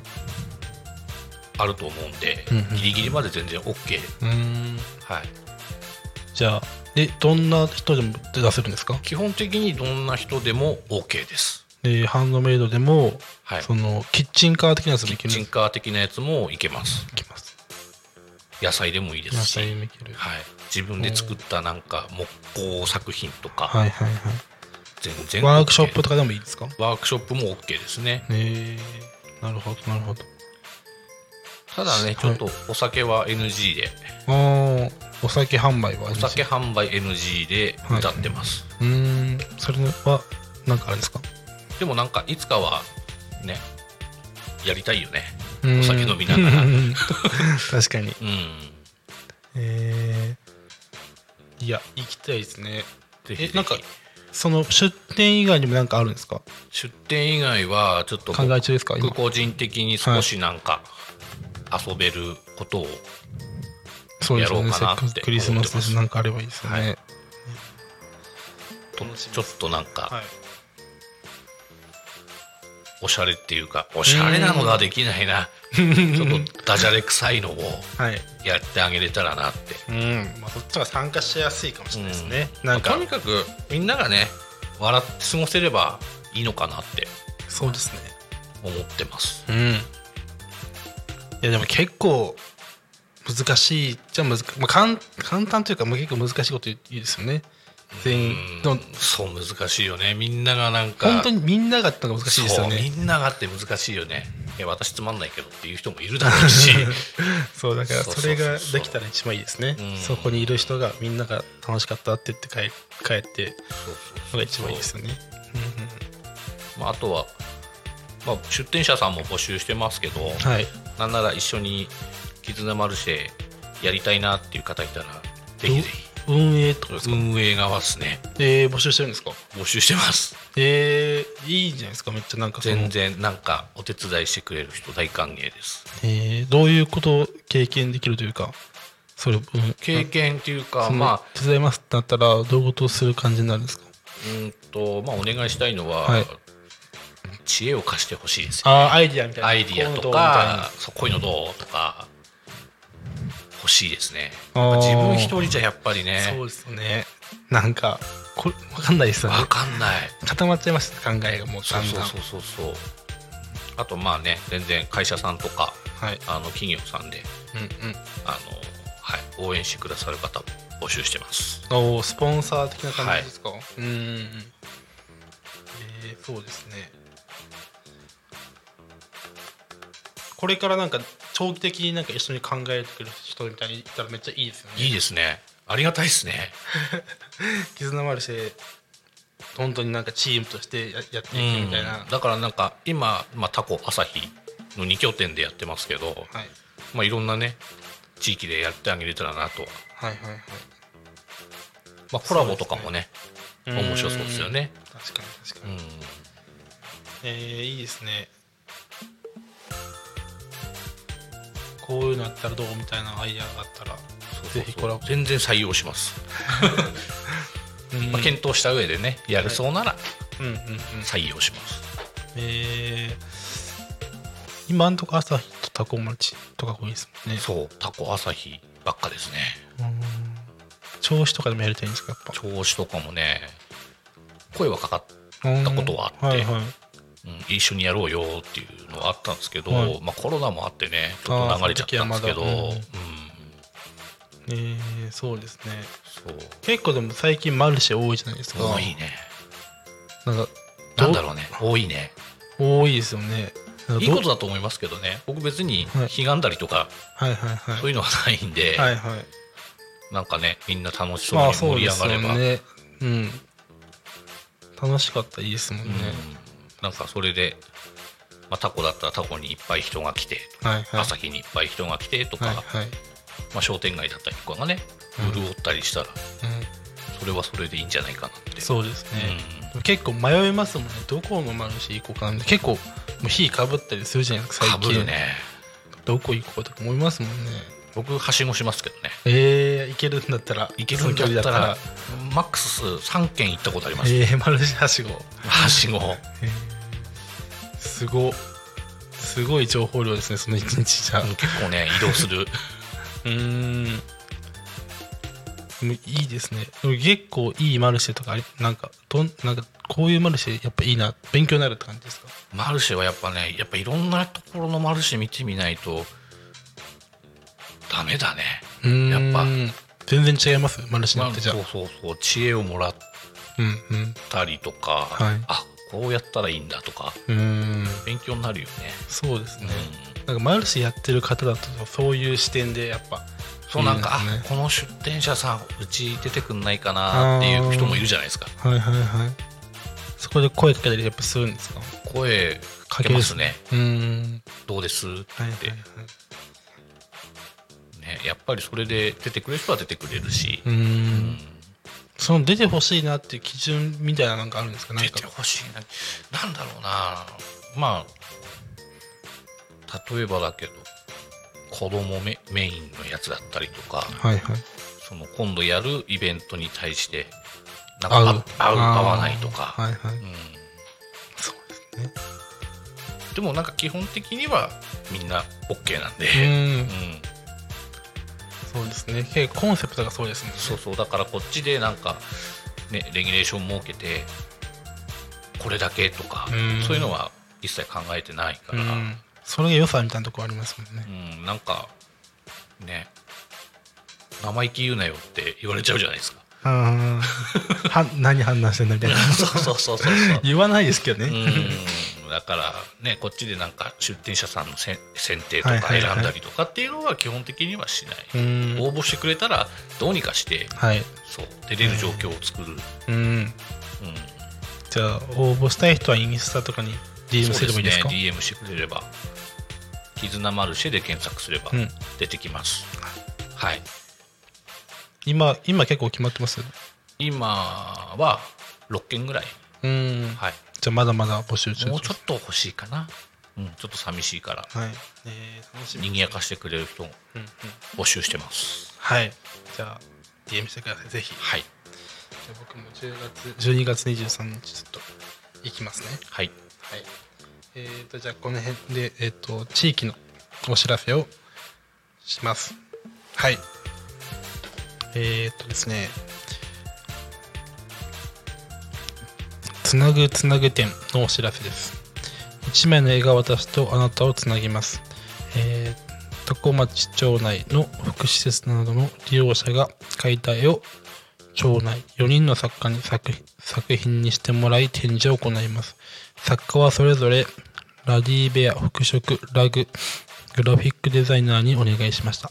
あると思うんで、
うんうん
ギリギリまで全然 OK
うーん
はい
じゃあでどんな人でも出せるんですか
基本的にどんな人でも OK です
でハンドメイドでも、
はい
そのキッチンカー的なやつも
キ
いけ
ッ
る
チ
ん
ン
で
カー的なやつもいけます
す
野菜でもいいですし、
野
はい
菜もいける、
自分で作ったなんか木工作品とか
はいはいはい
全然 OK、
ワークショップとかでもいいですか
ワークショップも OK ですね
えー、なるほどなるほど
ただねちょっとお酒は NG で、
ああお酒販売は
お酒
う
販売 NG で歌ってます、
ーんそれはなんかあれですか
でもなんかいつかはねやりたいよね
うーん
お酒飲みながら
[LAUGHS] 確かに
うん
えー、いや行きたいですね
ぜひぜひ
えなんかその出店以外にも何かあるんですか
出店以外はちょっと
考え中ですか今
僕個人的に少しなんか遊べることを
そうですよね
やろうか
せ
な
っ
っ
か
て
くクリスマスだしなんかあればいいですよね、
はい
はい
とちょっとなんかおしゃれっていうかおしゃれなのができないなちょっとダジャレ臭いのを
はい
やってあげれたらなって
うんまあ、そっちが参加しやすいかもしれないですね、なんか
とにかくみんながね笑って過ごせればいいのかなって
そうですね
思ってます
うんいやでも結構難しいじゃ難、まあ、簡簡単というか、まあ、結構難しいこと言う言うですよね全員
うん
でも
そう難しいよねみんながなんか
本当にみんながってのが難しいですよ
そうみ
ね
んながって難しいよねいや私つまんないけどっていう人もいるだろ
[LAUGHS]
うし
そうだから
そうそう
そ
そうそ
れ
う
ができたら一番いいですね
うん
そこにいる人がみんなが楽しかったって言って帰帰ってのが一番いいですよね
まあ、あとは、まあ、出店者さんも募集してますけど、
はい
なんなら一緒に「絆マルシェ」やりたいなっていう方いたらぜひぜひ
運営とかですか、
運営側ですね
えー募集してるんですか
募集してます
えー、いいじゃないですかめっちゃなんかその
全然なんかお手伝いしてくれる人大歓迎です
えーどういうことを経験できるというかそれ、うん、
経験っていうか
その
まあ
手伝いますってなったらどういうことをする感じになるんですか
うんとまあお願いしたいのは、
はい
知恵を貸してほしいですよ
あアイディアみたいな
アイディアとかそうこういうのどうとか欲しいですね
あー
自分一人じゃやっぱり
そ
ね
うですよねなんかこれ分かんないですよね
分かんない
固まっちゃいました考えがもう
そ
だ
うんそ
だ
うんそうそうそうあとまあね全然会社さんとか
はい
あの企業さんで
うん
あの、はい、応援してくださる方も募集してます
うんおースポンサー的な感じですか、うんうんうんえー、そうですねこれからなんか長期的になんか一緒に考えてくる人みたいにいたらめっちゃいいですよね
いいですねありがたいですね
絆マルシェ本当になんかチームとしてややっていくみたいな、
だからなんか今、まあ、タコ朝日の2拠点でやってますけど、
はい
まあ、いろんなね地域でやってあげれたらなとは、
はいはいはい
まあ、コラボとかもね
うん
面白そうですよね。
確かに確か
う
に、
ん
えー、いいですねこういうのやったらどうみたいなアイデアがあったらぜひコラボ
全然採用します、
[LAUGHS] うん
まあ、検討した上でねやるそうなら
うんうんうん
採用します、
えー今んとこ朝日とタコ町とか多いですもんね
そうタコ朝日ばっかですね
うん調子とかでもやりたいんですかやっぱ
調子とかもね声はかかっったことはあって
うんはいはい
うん一緒にやろうよっていうのはあったんですけど、
はい
まあ、コロナもあってねちょっと流れちゃったんですけど、
あーその時はまだうん
うん
えーそうですね
そう
結構でも最近マルシェ多いじゃないですか
多いね
なんか
なんだろうね多いね
多いですよねなんか
いい
ど
ことだと思いますけどね僕別に
はい
ひがんだりとか
はいはいはい
そういうのはないんで、
はいはい
なんかねみんな楽しそう
ま
に
あそ
盛
う
り
で
上
す
がれ
よ
ば、
ねうん楽しかったらいいですもん
う
ね
ん、なんかそれで、まあ、タコだったらタコにいっぱい人が来て
はいはい
朝日にいっぱい人が来てとか、
はいはい、
まあ、商店街だったりとかがね
うん
潤ったりしたら
う
それはそれでいいんじゃないかなって
ん、そうですね、
うん
結構迷いますもんねどこのマルシェ行こうかなみたいな結構もう火かぶったりするじゃないですか
か
最
ぶ
近
るね
どこ行こうとか思いますもんね
僕はしごしますけどね
えー、行けるんだったら
行けるんだった
その距離
らマックス3軒行ったことあります、
えー、マルシェはしご
はしご
すごすごい情報量ですねその一日じゃ
うん結構ね移動する [LAUGHS]
うーんでもいいですねでも結構いいマルシェとかありなんかどんなんかこういうマルシェやっぱいいな勉強になるって感じですか
マルシェはやっぱねやっぱいろんなところのマルシェ見てみないとダメだね
うーん
やっぱ
全然違いますマルシェ
ま
によ
あ
ってじゃあ
そうそうそう知恵をもらっ
うんうん
たりとか、
はい
あこうやったらいいんだとか
うーん
勉強になるよね、
そうですね、
うん
なんかマルシェやってる方だとそういう視点でやっぱ
そうなんか
いいですね
あこの出店者さんうち出てくんないかなっていう人もいるじゃないですか
はいはいはいそこで声かけたりやっぱするんですか
声かけますね
うーん
どうですって、
はいはいはい
ね、やっぱりそれで出てくれる人は出てくれるし
う、ー
うんん
その出てほしいなっていう基準みたいななんかあるんですかなん
出
か
てほしいななんだろうなまあ例えばだけど子供メメインのやつだったりとか
はいはい
その今度やるイベントに対してなん
合う
か合う合
あー
わないとか、
はいはい
うん、
そうですね
でもなんか基本的にはみんな OK なんで、
うー
うん
んそうですね結構コンセプトがそうですね
そうそうだからこっちでなんか、ね、レギュレーション設けてこれだけとか、
うん
そういうのは一切考えてないか
う
ら、
んそれが良さみたいなとこありますもんね
うん、なんかね生意気言うなよって言われちゃうじゃないですか
うーんは何判断してんだみたいな
そうそうそうそうそう
言わないですけどね、
うんだからねこっちでなんか出店者さんのせん選定と
は
か
いはい
選
はい
んだりとかっていうのは基本的にはしない、
うん
応募してくれたらどうにかして
はい
そう出れる状況を作る、うん
うんじゃあ応募したい人はインスタとかに DM すればいいです
そ
か
うね DM してくれれば「絆マルシェ」で検索すれば
うん
出てきます、はい
今今結構決まってます
今は6件ぐらい、
うん
はい、
じゃあまだまだ募集中
もうちょっと欲しいかな、うん、ちょっと寂しいから
はいえー、楽しみ
賑やかしてくれる人を
うんうん
募集してます
はいじゃあ DM してくださいぜひじゃ
はい
あ僕も10月12月23日ちょっと行きますね
はい
はいえー、とじゃあこの辺でえっ、と地域のお知らせをしますはいえっ、とですねつなぐつなぐ展のお知らせです一枚の絵が私とあなたをつなぎます、えー、多古町町内の福祉施設などの利用者が描いた絵を町内4人の作家に作品作品にしてもらい展示を行います作家はそれぞれラディベア服飾ラググラフィックデザイナーにお願いしました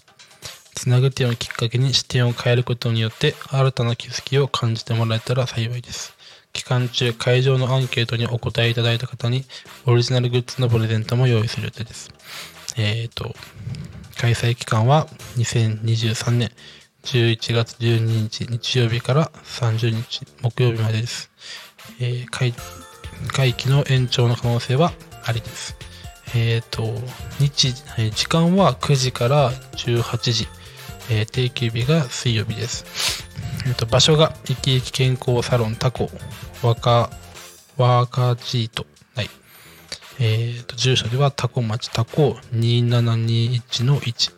つなぐ点をきっかけに視点を変えることによって新たな気づきを感じてもらえたら幸いです期間中、会場のアンケートにお答えいただいた方に、オリジナルグッズのプレゼントも用意する予定です。えっ、と、開催期間は2023年11月12日日曜日から30日木曜日までです。えー会会期の延長の可能性はありです。えっ、と、日、えー時間は9時から18時。えー定休日が水曜日です。えーと場所が、生き生き健康サロンタコ、ワカ、ワーカーチート、はい。えーと、住所ではタコ町タコ2721の1。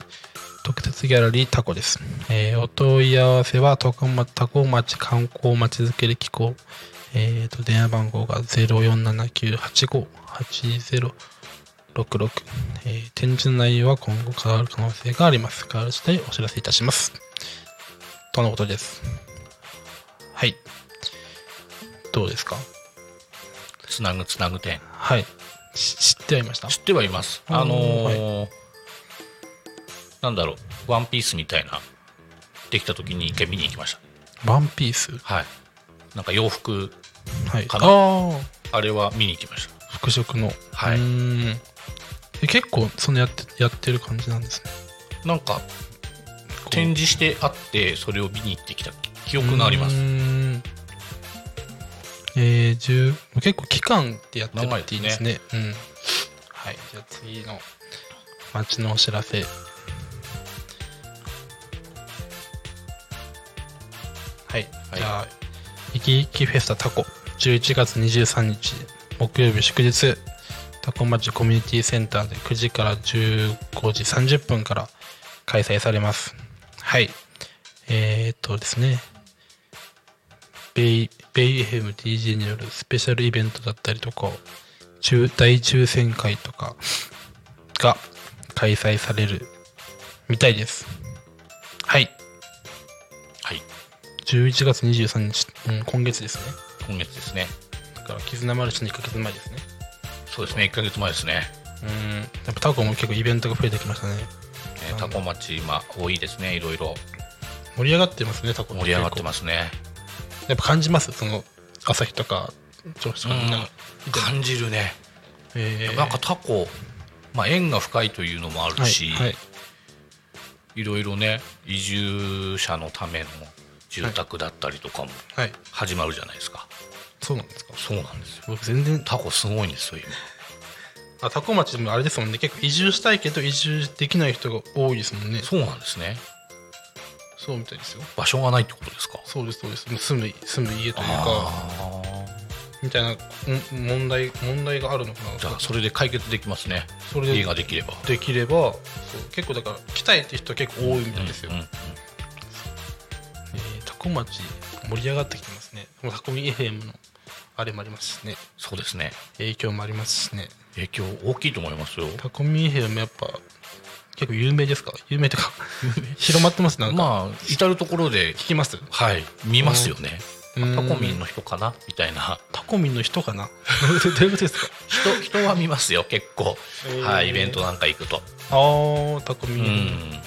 特設ギャラリータコです。えーお問い合わせは、タコまタコ町観光まちづくり機構。えーと、電話番号が04798580。66、えー展示の内容は今後変わる可能性があります。変わる次第お知らせいたします。とのことです。はい。どうですか
つなぐつなぐ点
はい。し知ってはいました
知ってはいます
あー
あのーなんだろうワンピースみたいなできた時に一回見に行きまし
ワンピース
たはいなんか洋服
はい。
か
あ
な
あ
あれは見に行きました
ー、服飾の。
はいう
ーん。え結構、そのやって、やってる感じなんですね。
なんか
こう
展示してあってそれを見に行ってきた記憶がありま
う
す
ーんえー、10結構期間でやってるっていいですねうんはいじゃあ次の街のお知らせはい、
はい
じゃあ「生き生きフェスタタコ」11月23日木曜日祝日タコ町コミュニティセンターで9時から15時30分から開催されますはいえー、っとですねベイ、ベイ FM DJ によるスペシャルイベントだったりとか、中大抽選会とかが開催されるみたいです。はい。
はい
11月23日、うん、今月ですね。
今月ですね
だから、絆マルシェの1ヶ月前ですね。
そうですね1ヶ月前ですね
うん。やっぱタコも結構イベントが増えてきましたね。
えータコ町今多いですねいろいろ
盛り上がってますね、タコ。
盛り上がってますすね
やっぱ感じますその、朝日とか、調子と
う
かみんなが。
ん感じるね
えー
なんかタコまあ縁が深いというのもあるし、
はいはい
いろいろね移住者のための住宅だったりとかも
はい。
始まるじゃないですか、
そうなんですか
そうなんですよ
僕全然
タコすごいんですよ今
あタコ町でもあれですもんね結構移住したいけど移住できない人が多いですもんね
そうなんですね
そうみたいですよ
場所がないってことですか
そうですそうですもう住む住む家というか
あ
みたいなん問題問題があるのかな
ーじゃあそれで解決できますね
それで
家ができれば
できればそう結構だから来たいって人結構多いみたいですよ、
うんうん
えータコ町盛り上がってきてますねもうタコミ FM のあれもありますしね
そうですね
影響もありますしね
影響大きいと思いますよ
タコミ FM やっぱ結構有名ですか有名とか広まってますなんか、
まあ至る所で
聞きます
はい見ますよね
うん
タコミンの人かなみたいな
タコミンの人か
[LAUGHS]
などういうことですか [LAUGHS]
人人は見ますよ結構、
へー
はいイベントなんか行くと
ああタコミ
う
ン、
ん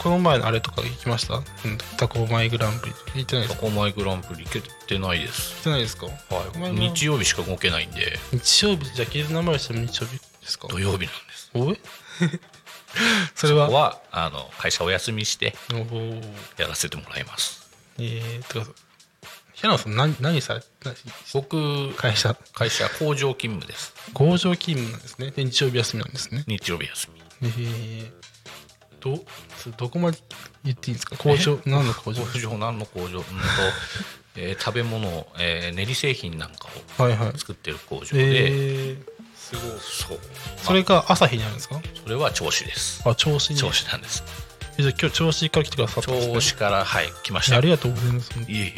この前のあれとか行きました、うん、タコマイグランプリ行ってないで
タ
すか
コマイグランプリ行けてないです
行ってないですか
は
タコマイ
い
グラン
日曜日しか動けないんで
日曜日じゃあ絆マルシェの日曜日ですか
土曜日なんです
おい [LAUGHS] それは
ここはあの会社お休みして
おー
やらせてもらいます
えー、とか平野さん何何され何
僕
会社
会社工場勤務です
工場勤務なんですねで日曜日休みなんですね
日曜日休み
えー、どそれどこまで言っていいんですか工場何の工場
工場何の工場うんと、えー食べ物を、えー練り製品なんか
はいはい
を作ってる工場で、
えー、すごい
そう
それが朝日にあるんですか
それは銚子です
あ調子に
銚子なんです
えじゃあ今日調子から来てくださったんです、ね、
銚子からはい来まし
いや
た
あ
い
りがとうございます
えいえ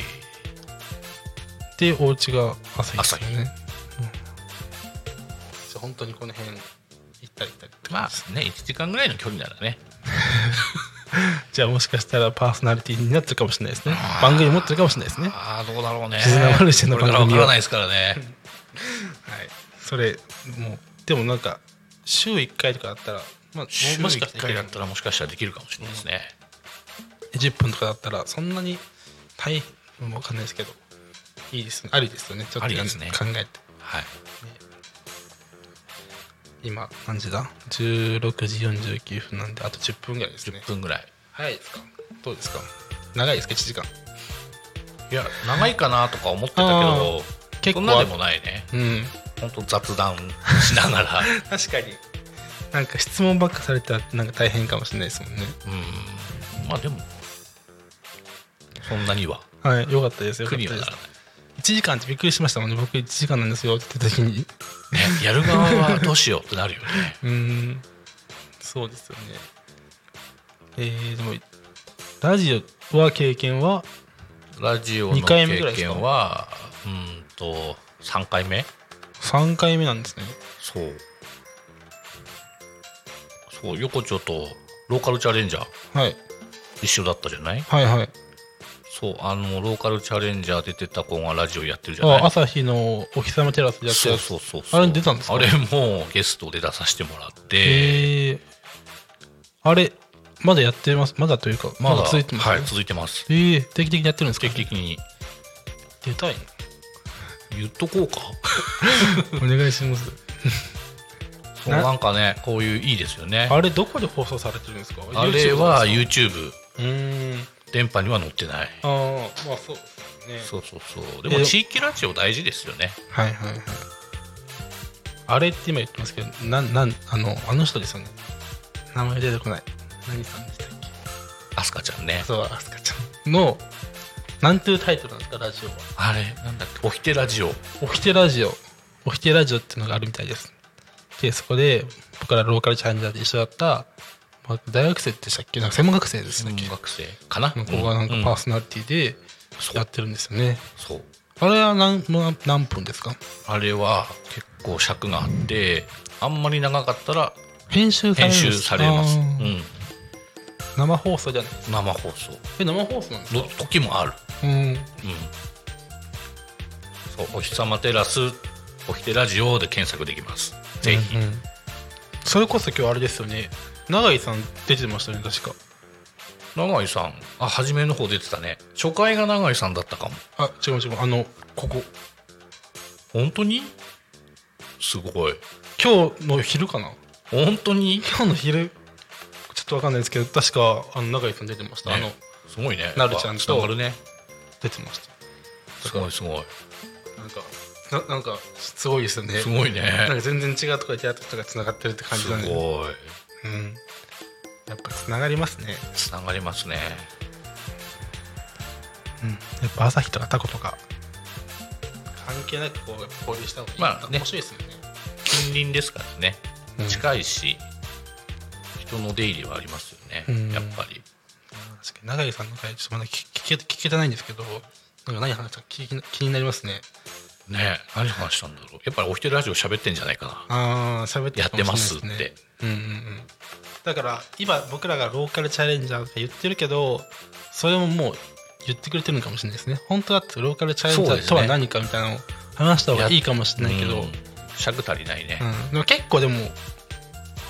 でお家が朝日ですよ
朝日
ね、うん、じゃあ本当にこの辺行ったり来たりって
まあね1時間ぐらいの距離ならね
じゃあもしかしたらパーソナリティになってるかもしれないですね番組持ってるかもしれないですね
ああどうだろうね
絆マルシェの
これから
番
わ
組は
からないですからね
はいそれもうでもなんか週1回とかだったらまあも
週
もしかし
1
た
回だ
ら
ったらもしかしたらできるかもしれないですね
10分とかだったらそんなに大変もうわかんないですけどいいですねありですよねちょっと
ありですね
考えて
はい
今何時だ16時49分なんであと10分ぐらいですね
10分ぐらい
早いですかどうですか長いですか1時間
いや長いかなとか思ってたけど
結構
そんなでもないね
うん
本当雑談しながら
確かになんか質問ばっかされたらなんか大変かもしれないですもんね
うんまあでもそんなには
はいよかったですよ
苦
かっ
に
た
は
で
な
す
らない
1時間ってびっくりしましたもんね僕1時間なんですよって言った時に
ね、やる側はどうしようってなるよね。
うーんそうですよねえー、でもラジオは経験は
[LAUGHS] ラジオの
二回目ぐら
経
いですか
験は、うーんと、3回目
3回目なんですね
そう。そう、横丁とローカルチャレンジャー
はい
一緒だったじゃない
はいはい
そう、あの、ローカルチャレンジャー出てた子がラジオやってるじゃない
あ朝日のお日様テラスでやって
そう
る
そうそう
あれに出たんですか
あれもゲストで出させてもらって、
えー、あれまだやってますまだというかまだ続いてます、
はい、続いてます。
えー、定期的にやってるんですか
定期的に
出たい
言っとこ
[LAUGHS]
うか。
お願いします
そうなんかね、こういういいですよね。
あれどこで放送されてるんですか
あれは
YouTube
YouTube
うーん
電波には載ってない
ああまあそうですよね
そうそうそうでも
え
地域ラジオ大事ですよね
はいはいはいあれって今言ってますけどなんなんあのあの人ですよね名前出てこない何さんでしたっ
アスカちゃんね
けそうあすかちゃんのなんていうタイトルなんですかラジオは
あれなんだっけおひてラジオ
おひてラジオおひてラジオっていうのがあるみたいですでそこで僕らローカルチャレンジャーで一緒だった、まあ、大学生でしたっけなんか専門学生ですね
専門学生かな
の子がなんか
うん
パーソナリティでやってるんですよね、
そう
あれは何何何分ですか
あれは結構尺があってあんまり長かったら
編集され
編
るんで
集
す
されます、う
あー
ん、
生放送じゃない
生放送
え生放送なんですか
の時もある、
うん
うん、そうおひさまテラスおひてラジオで検索できますぜひ、
うんうんそれこそ今日あれですよね永井さん出てましたよね確か
永井さんあ初めの方出てたね初回が永井さんだったかも
あ違う違うあのここ
本当にすごい
今日の昼かな
本当に
今日の昼ちょっとわかんないですけど確かあの永井さん出てました、あの
ねすごいね
なるちゃんと
伝わるね
出てまし
すごいすごい
たなんかななんかすごいですよね
すご
な
い
ん
ね
か全然違うとこで出会った人がつながってるって感じ
す
だね
ごい
うんやっぱつながりますね
つながりますね
うんやっぱ朝日とかタコとか関係なくこう交流した方がいい、
まあね
面白いですよね
近隣ですからね
うん
近いし人の出入りはありますよ
う
ね
ん
やっぱり
確かに永井さんの回ちょっとまだ聞聞け聞けてないんですけどなんか何話したか気に気になりますね
ね何話したんだろうやっぱりお一人ラジオ喋ってんじゃないかな
ああ喋って
や
る
っ
か
て
も
ま
し
す
れ
っ
ない
て
ですねうんうんうんだから今僕らがローカルチャレンジャーとか言ってるけどそれももう言ってくれてるのかもしれないですね本当だってローカルチャレンジャーとは何かみたいなのを話した方がいいかもしれないけど、
うん尺足りないね
うんでも結構でも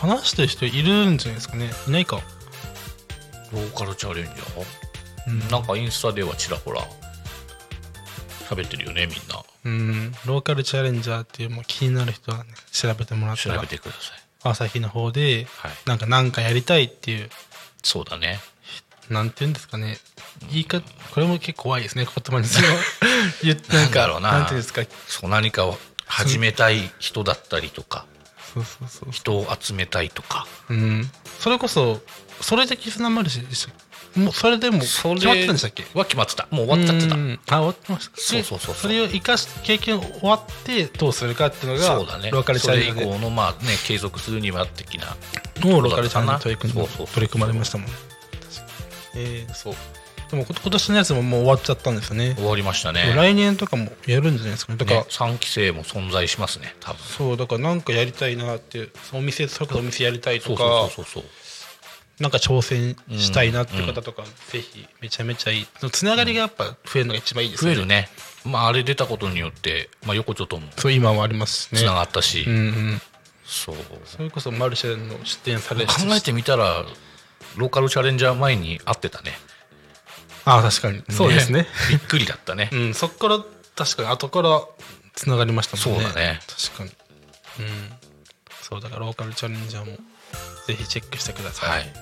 話してる人いるんじゃないですかねいないか、
ローカルチャレンジャー
うん、
なんかインスタではちらほら喋ってるよねみんな
うんローカルチャレンジャーっていうもう気になる人はね調べてもらった
調
ら
べてください
朝日の方で
はい
なんかなんかやりたいっていう
そうだね
なんて言うんですかね言い方これも結構怖いですね言葉にす
[LAUGHS]
るの言ってなん
なんだ
か
ろうな
なんていうんですか
そう何かを始めたい人だったりとか
そうそうそう
人を集めたいとか
うんそれこそそれで絆マルシェでしたっけもうそれでも決ま
そ
っ
れ
てたんでしたっけ
は決まってたもう終わっちゃってた
うんあ終わってました
そうそうそうそう
でそれを生かし経験終わってどうするかっていうのが
そうだね
ローカルチャレン
そ
ジ
れ以
ャ
降のまあね継続するには的な
ーのローカルチャレンジャーに取り組んで
そうそうそう
取り組まれましたもんねえーそうでもこと今年のやつももう終わっちゃったんですよね
終わりましたね
来年とかもやるんじゃないですかねだから、
ね3期生も存在しますね多分
そうだからなんかやりたいなってそのお店それこそお店やりたいと
そう
か
そうそうそう
なんか挑戦したいなって方とか、ぜひめちゃめちゃいいそのつながりがやっぱ増えるのが一番いいです
増
よ
え
ね
るねまああれ出たことによってまあ横丁とも
そう今はありますしね
つながったし
うんうん
そう
それこそマルシェの出店される
考えてみたらローカルチャレンジャー前に会ってたね
ああ確かにそうですね
びっくりだったね
うんそっから確かに後からつながりましたもんね
そうだね
確かにうんそうだからローカルチャレンジャーもぜひチェックしてください、
はい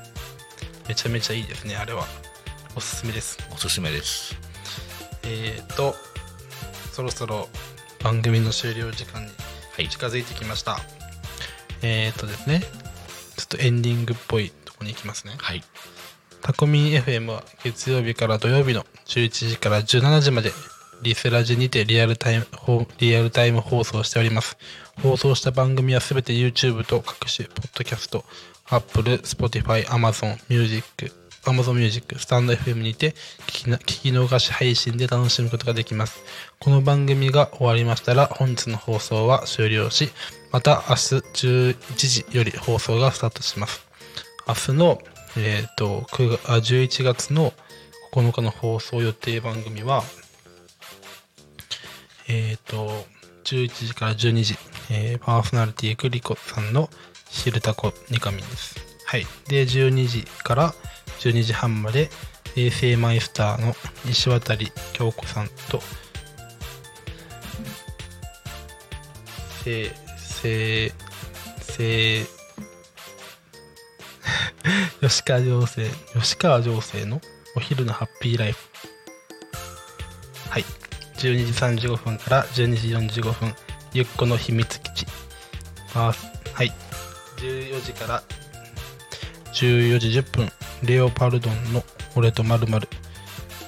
めちゃめちゃいいですねあれはおすすめです
おすすめです
えー、とそろそろ番組の終了時間に
はい
近づいてきました、えー、とですねちょっとエンディングっぽいとこに行きますね
はい
タコミン FM は月曜日から土曜日の11時から17時までリスラジにてリアルタイム放リアルタイム放送しております。放送した番組はすべて YouTube と各種ポッドキャスト、Apple、Spotify、Amazon Music、Amazon Music、スタンド FM にて聞きな聞き逃し配信で楽しむことができます。この番組が終わりましたら本日の放送は終了し、また明日11時より放送がスタートします。明日の、えー、と9月あ11月の9日の放送予定番組は、えー、と11時から12時、えーパーソナリティグリコさんの「昼タコニカミン」です。はい、で12時から12時半まで衛星マイスターの石渡京子さんとせせせ吉川情勢吉川情勢のお昼のハッピーライフはい12時35分から12時45分ゆっこの秘密基地あーはい14時から14時10分レオパルドンの俺とまる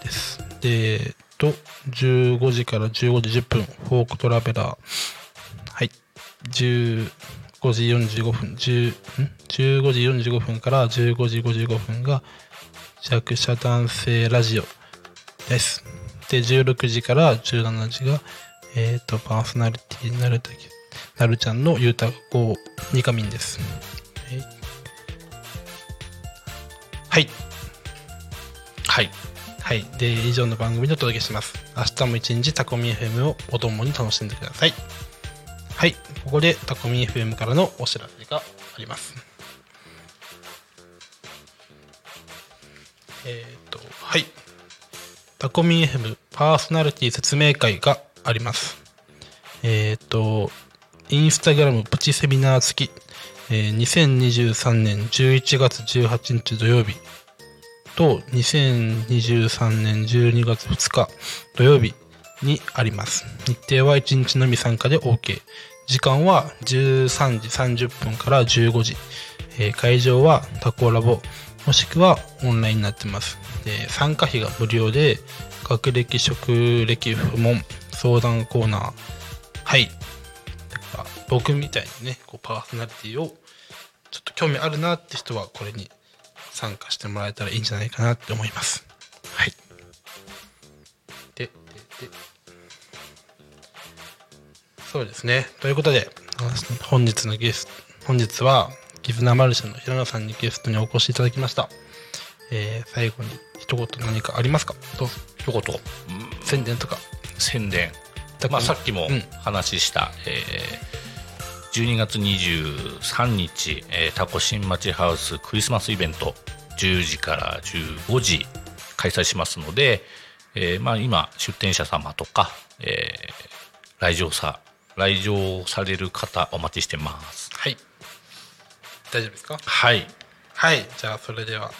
ですでえーっと15時から15時10分フォークトラベラーはい。15時45分、10ん15時45分から15時55分が弱者男性ラジオです。で、16時から17時が、えっ、と、パーソナリティなるたき、なるちゃんのゆうたこう、にかみんです。はい。はい。
はい
はい。で、以上の番組でお届けします。明日も一日タコミ FM をお供に楽しんでください。はい。ここでタコミ FM からのお知らせがあります。えっ、と、はい。タコミ FM パーソナリティ説明会があります。えっ、と、インスタグラムプチセミナー付き、えー2023年11月18日土曜日、と2023年12月2日土曜日にあります日程は1日のみ参加で OK 時間は13時30分から15時、えー会場はタコラボもしくはオンラインになってますで参加費が無料で学歴職歴不問相談コーナーはいだから僕みたいにねこうパーソナリティをちょっと興味あるなって人はこれに参加してもらえたらいいんじゃないかなって思います。はい。で、で、で。そうですね。ということで、あ本日のゲスト、本日は、ギズナマルシェの平野さんにゲストにお越しいただきました。えー最後に一言何かありますかどうぞ
一言
宣伝とか。
宣伝
だから
まあ、さっきも
うん
話しした、えー12月23日、えータコ新町ハウスクリスマスイベント10時から15時開催しますので、えーまあ、今出店者様とか、えー来場さ来場される方お待ちしてます
はい。大丈夫ですか
はい
はい、じゃあそれでは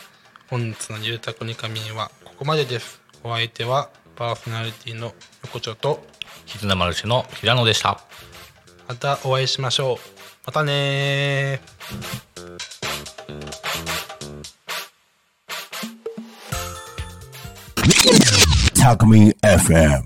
本日の「ゆうたこにかみん」はここまでです。お相手はパーソナリティの横丁と
絆マルシェの平野でした
またお会いしましょう。またねー。
Talk Me FM.